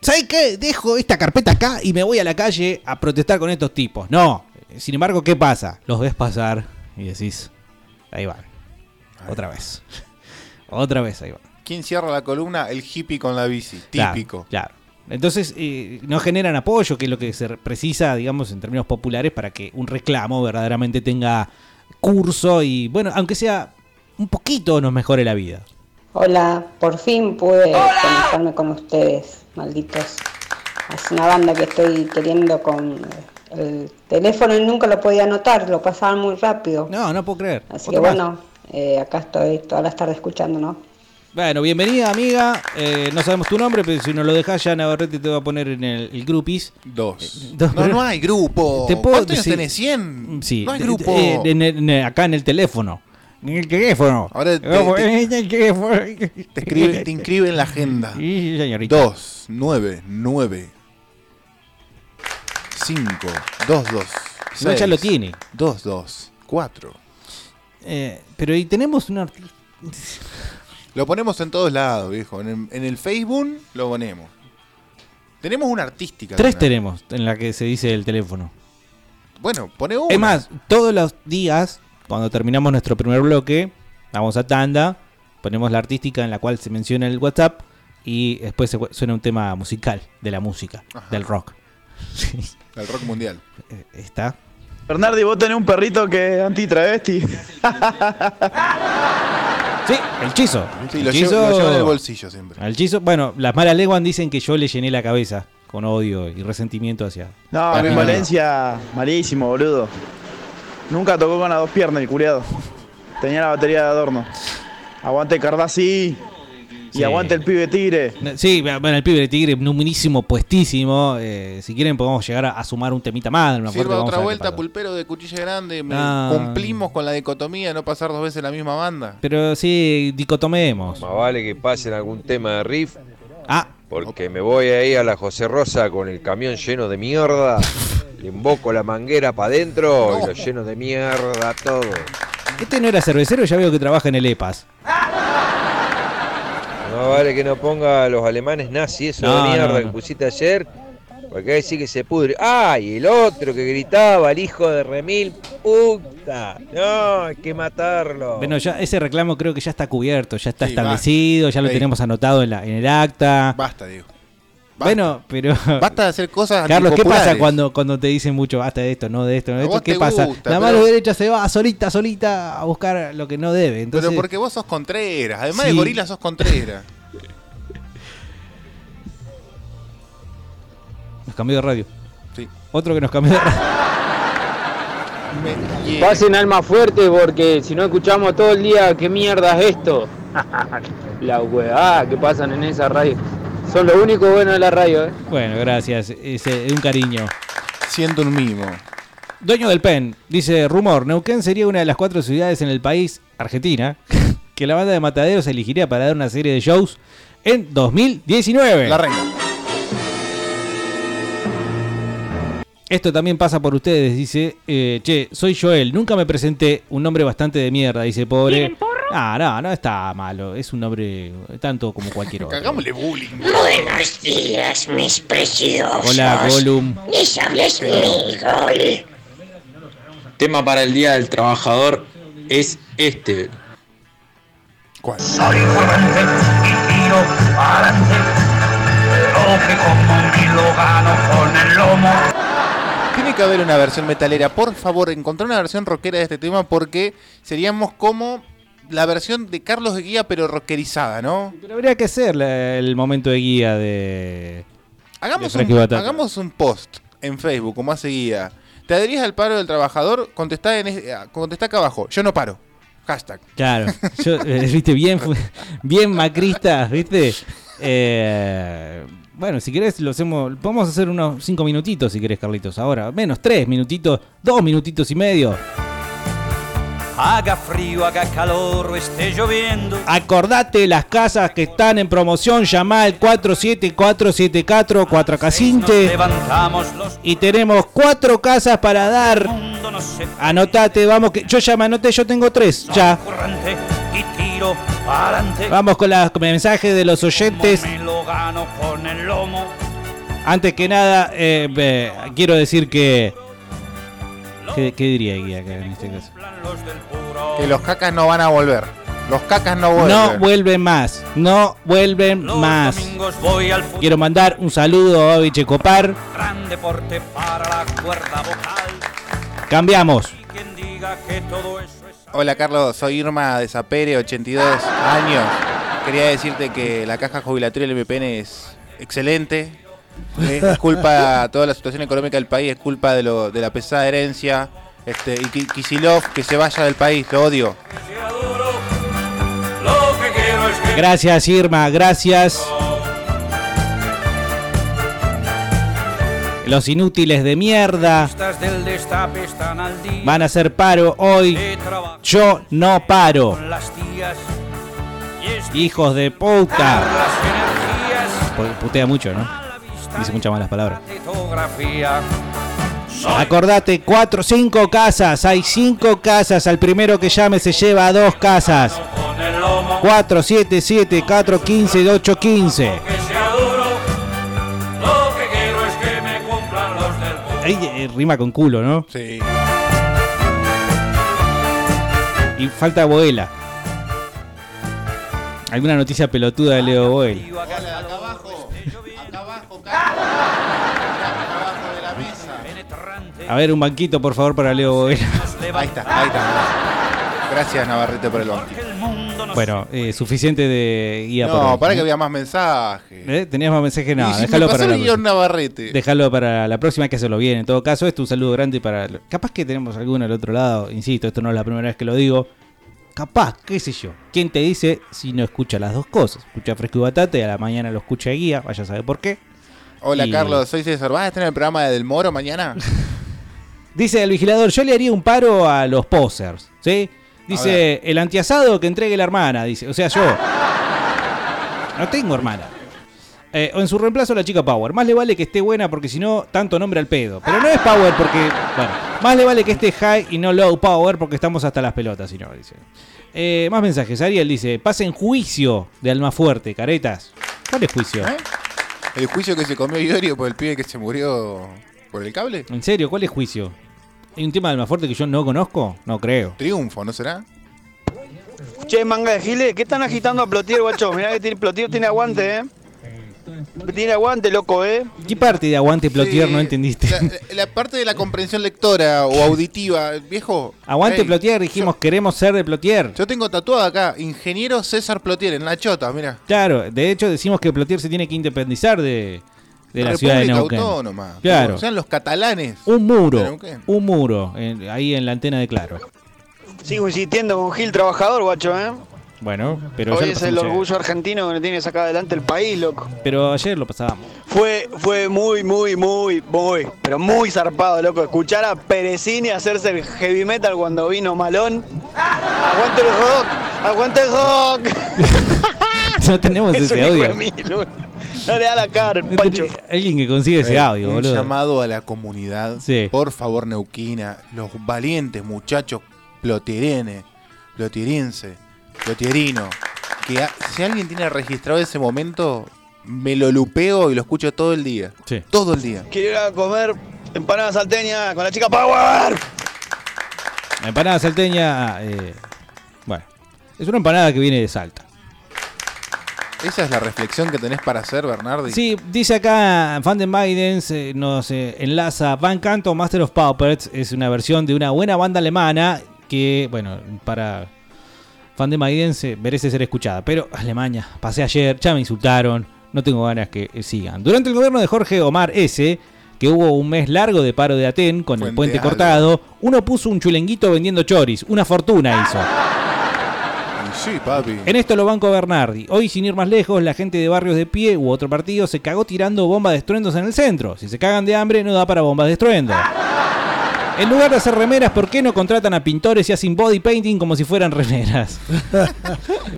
¿sabes qué? Dejo esta carpeta acá y me voy a la calle a protestar con estos tipos. No, sin embargo, ¿qué pasa? Los ves pasar y decís, ahí van. Otra vez. Otra vez ahí van. ¿Quién cierra la columna? El hippie con la bici. Claro, Típico. Claro. Entonces, eh, no generan apoyo, que es lo que se precisa, digamos, en términos populares, para que un reclamo verdaderamente tenga curso y, bueno, aunque sea un poquito, nos mejore la vida. Hola, por fin Eh, pude conectarme con ustedes, malditos. Es una banda que estoy queriendo con el teléfono y nunca lo podía anotar, lo pasaban muy rápido. No, no puedo creer. Así Otro que Ah. más. bueno, eh, acá estoy todas las tardes escuchando, ¿no? Bueno, bienvenida, amiga. Eh, no sabemos tu nombre, pero si nos lo dejas, ya Navarrete te va a poner en el, el grupis. Dos. Eh, No, pero- no hay grupo. Te puedo ¿Cuántos años decir- tenés? 100. Sí. No hay Eh, grupo. eh, en el- en el- acá en el teléfono. En el teléfono. Ahora te, Vamos, eh, te- te escribe- te inscribe en la agenda. Sí, señorita. 2, 9, 9, 5, 2, 2. No, ya lo tiene. 2, 2, 4. eh, pero y tenemos una... Lo ponemos en todos lados, viejo. En el, en el Facebook lo ponemos. Tenemos una artística. Tres Dana. tenemos en la que se dice el teléfono. Bueno, pone una. Es más, todos los días, cuando terminamos nuestro primer bloque, vamos a tanda, ponemos la artística en la cual se menciona el WhatsApp y después se- suena un tema musical, de la música, Ajá. del rock. Eh, El rock mundial. Está. Bernardi, vos tenés un perrito que es antitravesti. Sí, el chizo. Sí, El lo, Chizo- llevo- lo llevo en el bolsillo siempre. Al chizo, bueno, las malas lenguas dicen que yo le llené la cabeza con odio y resentimiento hacia. No, mi hacia- Valencia, malísimo, boludo. Nunca tocó con las dos piernas el curiado. Tenía la batería de adorno. Aguante Cardassi. Y Sí. aguante el pibe tigre. Sí, bueno, el pibe de tigre, numerísimo, puestísimo. eh, si quieren, podemos llegar a, a sumar un temita más. me acuerdo, Sirva vamos a otra ver qué vuelta, pasa. pulpero de cuchilla grande. me- No. Cumplimos con la dicotomía de no pasar dos veces la misma banda. Pero sí, dicotomemos. Más vale que pasen algún tema de riff. Ah. Porque me voy ahí a la José Rosa con el camión lleno de mierda. Le invoco la manguera para adentro y lo lleno de mierda todo. Este no era cervecero, ya veo que trabaja en el EPAS. No vale que no ponga a los alemanes nazis eso No, de mierda no, no. que pusiste ayer. Porque ahí sí que se pudre. ¡Ay! el otro que gritaba, el hijo de Remil, puta. No, hay que matarlo. Bueno, ya ese reclamo creo que ya está cubierto, ya está Sí, establecido, ya lo Ey. tenemos anotado en, la, en el acta. Basta, digo. Bueno, pero. Basta de hacer cosas Carlos, ¿qué pasa antipopulares. cuando, cuando te dicen mucho basta de esto, no de esto, no de A esto? vos ¿Qué te pasa? gusta, la mano pero- derecha se va solita, solita a buscar lo que no debe. Entonces, Pero porque vos sos Contreras. Además Sí. de gorila, sos Contreras. nos cambió de radio. Sí. Otro que nos cambió de radio. Pasen alma fuerte porque si no escuchamos todo el día, ¿qué mierda es esto? la weá que pasan en esa radio. Son lo único bueno de la radio, ¿eh? Bueno, gracias. Es eh, un cariño. Siento un mimo. Dueño del PEN, dice rumor, Neuquén sería una de las cuatro ciudades en el país, Argentina, que la banda de Mataderos elegiría para dar una serie de shows en 2019. La reina. Esto también pasa por ustedes, dice, eh, che, soy Joel, nunca me presenté, un nombre bastante de mierda, dice pobre. Ah, no, no está malo, es un nombre tanto como cualquier otro. Hagámosle bullying. Buenos días, mis preciosos. Hola, Gollum. Les habla Smigol. Tema para el Día del Trabajador es este. cual. Tiene que haber una versión metalera. Por favor, encontrar una versión rockera de este tema porque seríamos como la versión de Carlos de Guía, pero rockerizada, ¿no? Pero habría que ser la- el momento de guía de. Hagamos de Frankie un, Batata. hagamos un post en Facebook, como hace guía. ¿Te adherís al paro del trabajador? Contestá, en, es- ah, contestá acá abajo. Yo no paro. Hashtag. Claro, yo, eh, viste, bien, fu- bien macrista, viste. Eh, bueno, si querés, lo hacemos. Podemos hacer unos cinco minutitos, si querés, Carlitos. Ahora, menos tres minutitos, dos minutitos y medio. Haga frío, haga calor o esté lloviendo. Acordate las casas que están en promoción. Llamá al 47474 4K5 Levantamos los y tenemos cuatro casas para dar. Anotate, vamos, que yo ya me anoté, yo tengo tres, ya. corrientes y tiro adelante. Vamos con los mensajes de los oyentes. Me lo gano con el lomo. Antes que nada, eh, eh, quiero decir que... ¿Qué, qué diría Guía acá en este caso? Que los cacas no van a volver. Los cacas no vuelven. No vuelven más, no vuelven más. Domingos voy al fútbol Quiero mandar un saludo a Obi Checopar. gran deporte para la cuerda vocal. Cambiamos. Quien diga que todo eso es Hola Carlos, soy Irma de Zapere, 82 años. Quería decirte que la caja jubilatoria del MPN es excelente. Eh, Es culpa toda la situación económica del país, es culpa de, lo, de la pesada herencia. Este, y Ki- Kicillof, que se vaya del país, lo odio. lo que quiero es que Gracias Irma, gracias. Los inútiles de mierda estas del destape están al día. van a hacer paro hoy. Yo no paro. Con las tías Hijos de puta. Porque Putea mucho, ¿no? Dice muchas malas palabras. fotografía. Acordate, cuatro, cinco casas. Hay cinco casas. Al primero que llame se lleva a dos casas. 477 415 815. Que sea duro. Lo que quiero es que me cumplan los del Ahí eh, rima con culo, ¿no? Sí. Y falta Boela. ¿Alguna noticia pelotuda de Leo Boela? A ver, un banquito, por favor, para Leo Boela. Ahí está, ahí está. Gracias Navarrete por el banquito. Bueno, eh, suficiente de guía por hoy. No, para que había más mensajes. ¿Eh? Tenías más mensaje, no, Y si me déjalo para pasaron la el guión próxima. Navarrete. Déjalo para la próxima que se lo viene. En todo caso, esto es un saludo grande para. Capaz que tenemos alguno al otro lado, insisto, esto no es la primera vez que lo digo. Capaz, qué sé yo. ¿Quién te dice si no escucha las dos cosas? Escucha Fresco y Batata y a la mañana lo escucha Guía, vaya a saber por qué. Hola Y- Carlos, soy César. ¿Vas a estar en el programa de Del Moro mañana? Dice el vigilador, yo le haría un paro a los posers, ¿sí? A Dice, el antiasado que entregue la hermana, dice. O sea, yo. No tengo hermana. Eh, o en su reemplazo la chica Power. Más le vale que esté buena porque si no, tanto nombre al pedo. Pero no es Power porque, bueno, más le vale que esté high y no low power porque estamos hasta las pelotas, si no, dice. Eh, más mensajes. Ariel dice, pasen juicio de alma fuerte, caretas. ¿Cuál es juicio? El juicio que se comió Iorio por el pibe que se murió por el cable. ¿En serio? ¿Cuál es juicio? ¿Hay un tema de alma fuerte que yo no conozco? No creo. Triunfo, ¿no será? Che, manga de giles, ¿qué están agitando a Plotier, guacho? Mirá que tiene, Plotier tiene aguante, ¿eh? Tiene aguante, loco, ¿eh? ¿Qué parte de aguante plotier no entendiste? La parte de la comprensión lectora o auditiva, viejo. Aguante Ey, Plotier, dijimos queremos ser de Plotier. Yo tengo tatuado acá, ingeniero César Plotier, en la chota, mira. Claro, de hecho decimos que Plotier se tiene que independizar de, de la ciudad de Neuquén. Autónoma. Claro. Sean los catalanes. Un de muro, Neuquén. un muro, en- ahí en la antena de Claro. Sigo insistiendo con Gil trabajador, guacho, ¿eh? Bueno, pero ya Hoy es lo el pasamos ayer. orgullo argentino que le tiene que sacar adelante el país, loco. Pero ayer lo pasábamos. Fue, fue muy, muy, muy, muy, pero muy zarpado, loco. Escuchar a Perezini hacerse el heavy metal cuando vino Malón. Aguante el rock, aguante el rock. No tenemos Es un ese hijo audio. de mil, boludo. No le da la cara, el Pancho. Alguien que consigue ese Eh, audio, un boludo. llamado a la comunidad. Por favor, Neuquina, los valientes muchachos plotierenes, plotierense, plotierino. Que a- si alguien tiene registrado ese momento, me lo lupeo y lo escucho todo el día. Todo el día. Quiero ir a comer empanadas salteñas con la chica Power. La Empanada salteña. eh, bueno. Es una empanada que viene de Salta. Esa es la reflexión que tenés para hacer, Bernardi. Sí, dice acá Fan de Biden se- nos eh, enlaza Van Canto Master of Puppets es una versión de una buena banda alemana que, bueno, para Fan de Biden se merece ser escuchada, pero Alemania, pasé ayer, ya me insultaron, no tengo ganas que eh, sigan. Durante el gobierno de Jorge Omar S., que hubo un mes largo de paro de Aten con el puente Alto. cortado, uno puso un chulenguito vendiendo choris, una fortuna hizo. Y Sí, papi. En esto lo banco Bernardi. Hoy, sin ir más lejos, la gente de barrios de pie u otro partido se cagó tirando bombas de estruendos en el centro. Si se cagan de hambre, no da para bombas de estruendo. En lugar de hacer remeras, ¿por qué no contratan a pintores y hacen body painting como si fueran remeras?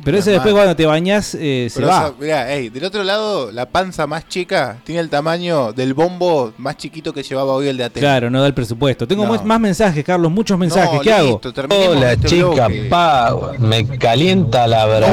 Pero ese después cuando te bañas eh, se Pero va. esa- mirá, ey, del otro lado, la panza más chica tiene el tamaño del bombo más chiquito que llevaba hoy el de Atenas. Claro, no da el presupuesto. Tengo No. más- más mensajes, Carlos, muchos mensajes. No, ¿Qué hago? listo, terminemos Hola, este chica, bloque. me calienta la verdad.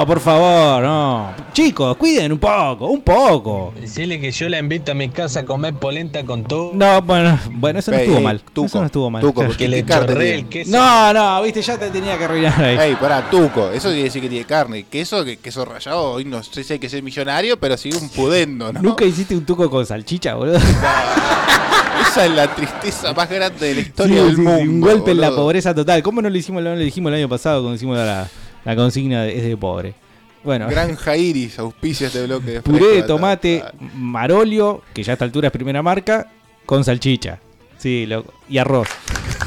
No, por favor, no. Chicos, cuiden un poco, un poco. Decirle que yo la invito a mi casa a comer polenta con todo. No, bueno, bueno, eso no Ey, estuvo ey, mal. Tuco, eso no estuvo mal. Tuco, Claro. porque le chorré el queso. No, no, viste, ya te tenía que arruinar ahí. Ey, pará, tuco. Eso quiere decir que tiene carne. Queso, que, queso rallado. Hoy no sé si hay que ser millonario, pero sí un pudendo, ¿no? Nunca hiciste un tuco con salchicha, boludo. Esa es la tristeza más grande de la Sí, historia sí, del sí, mundo. un golpe en la boludo. pobreza total. ¿Cómo no lo hicimos, no lo dijimos el año pasado cuando hicimos la, la consigna de, es de pobre? Bueno, Granja Iris auspicia este bloque de puré fresco de la tomate, marolio, que ya a esta altura es primera marca, con salchicha. Sí, loco. Y arroz.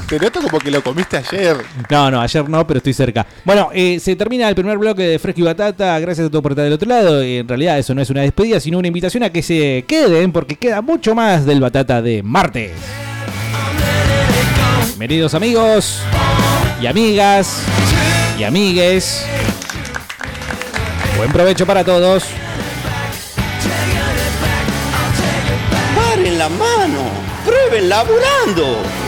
Te noto como que lo comiste ayer. No, no, ayer no, pero estoy cerca. Bueno, eh, se termina el primer bloque de Fresco y Batata. Gracias a todos por estar del otro lado. Eh, En realidad, eso no es una despedida, sino una invitación a que se queden, porque queda mucho más del Batata de martes. Bienvenidos, amigos y amigas y amigues. Buen provecho para todos. Paren la mano, prueben laburando.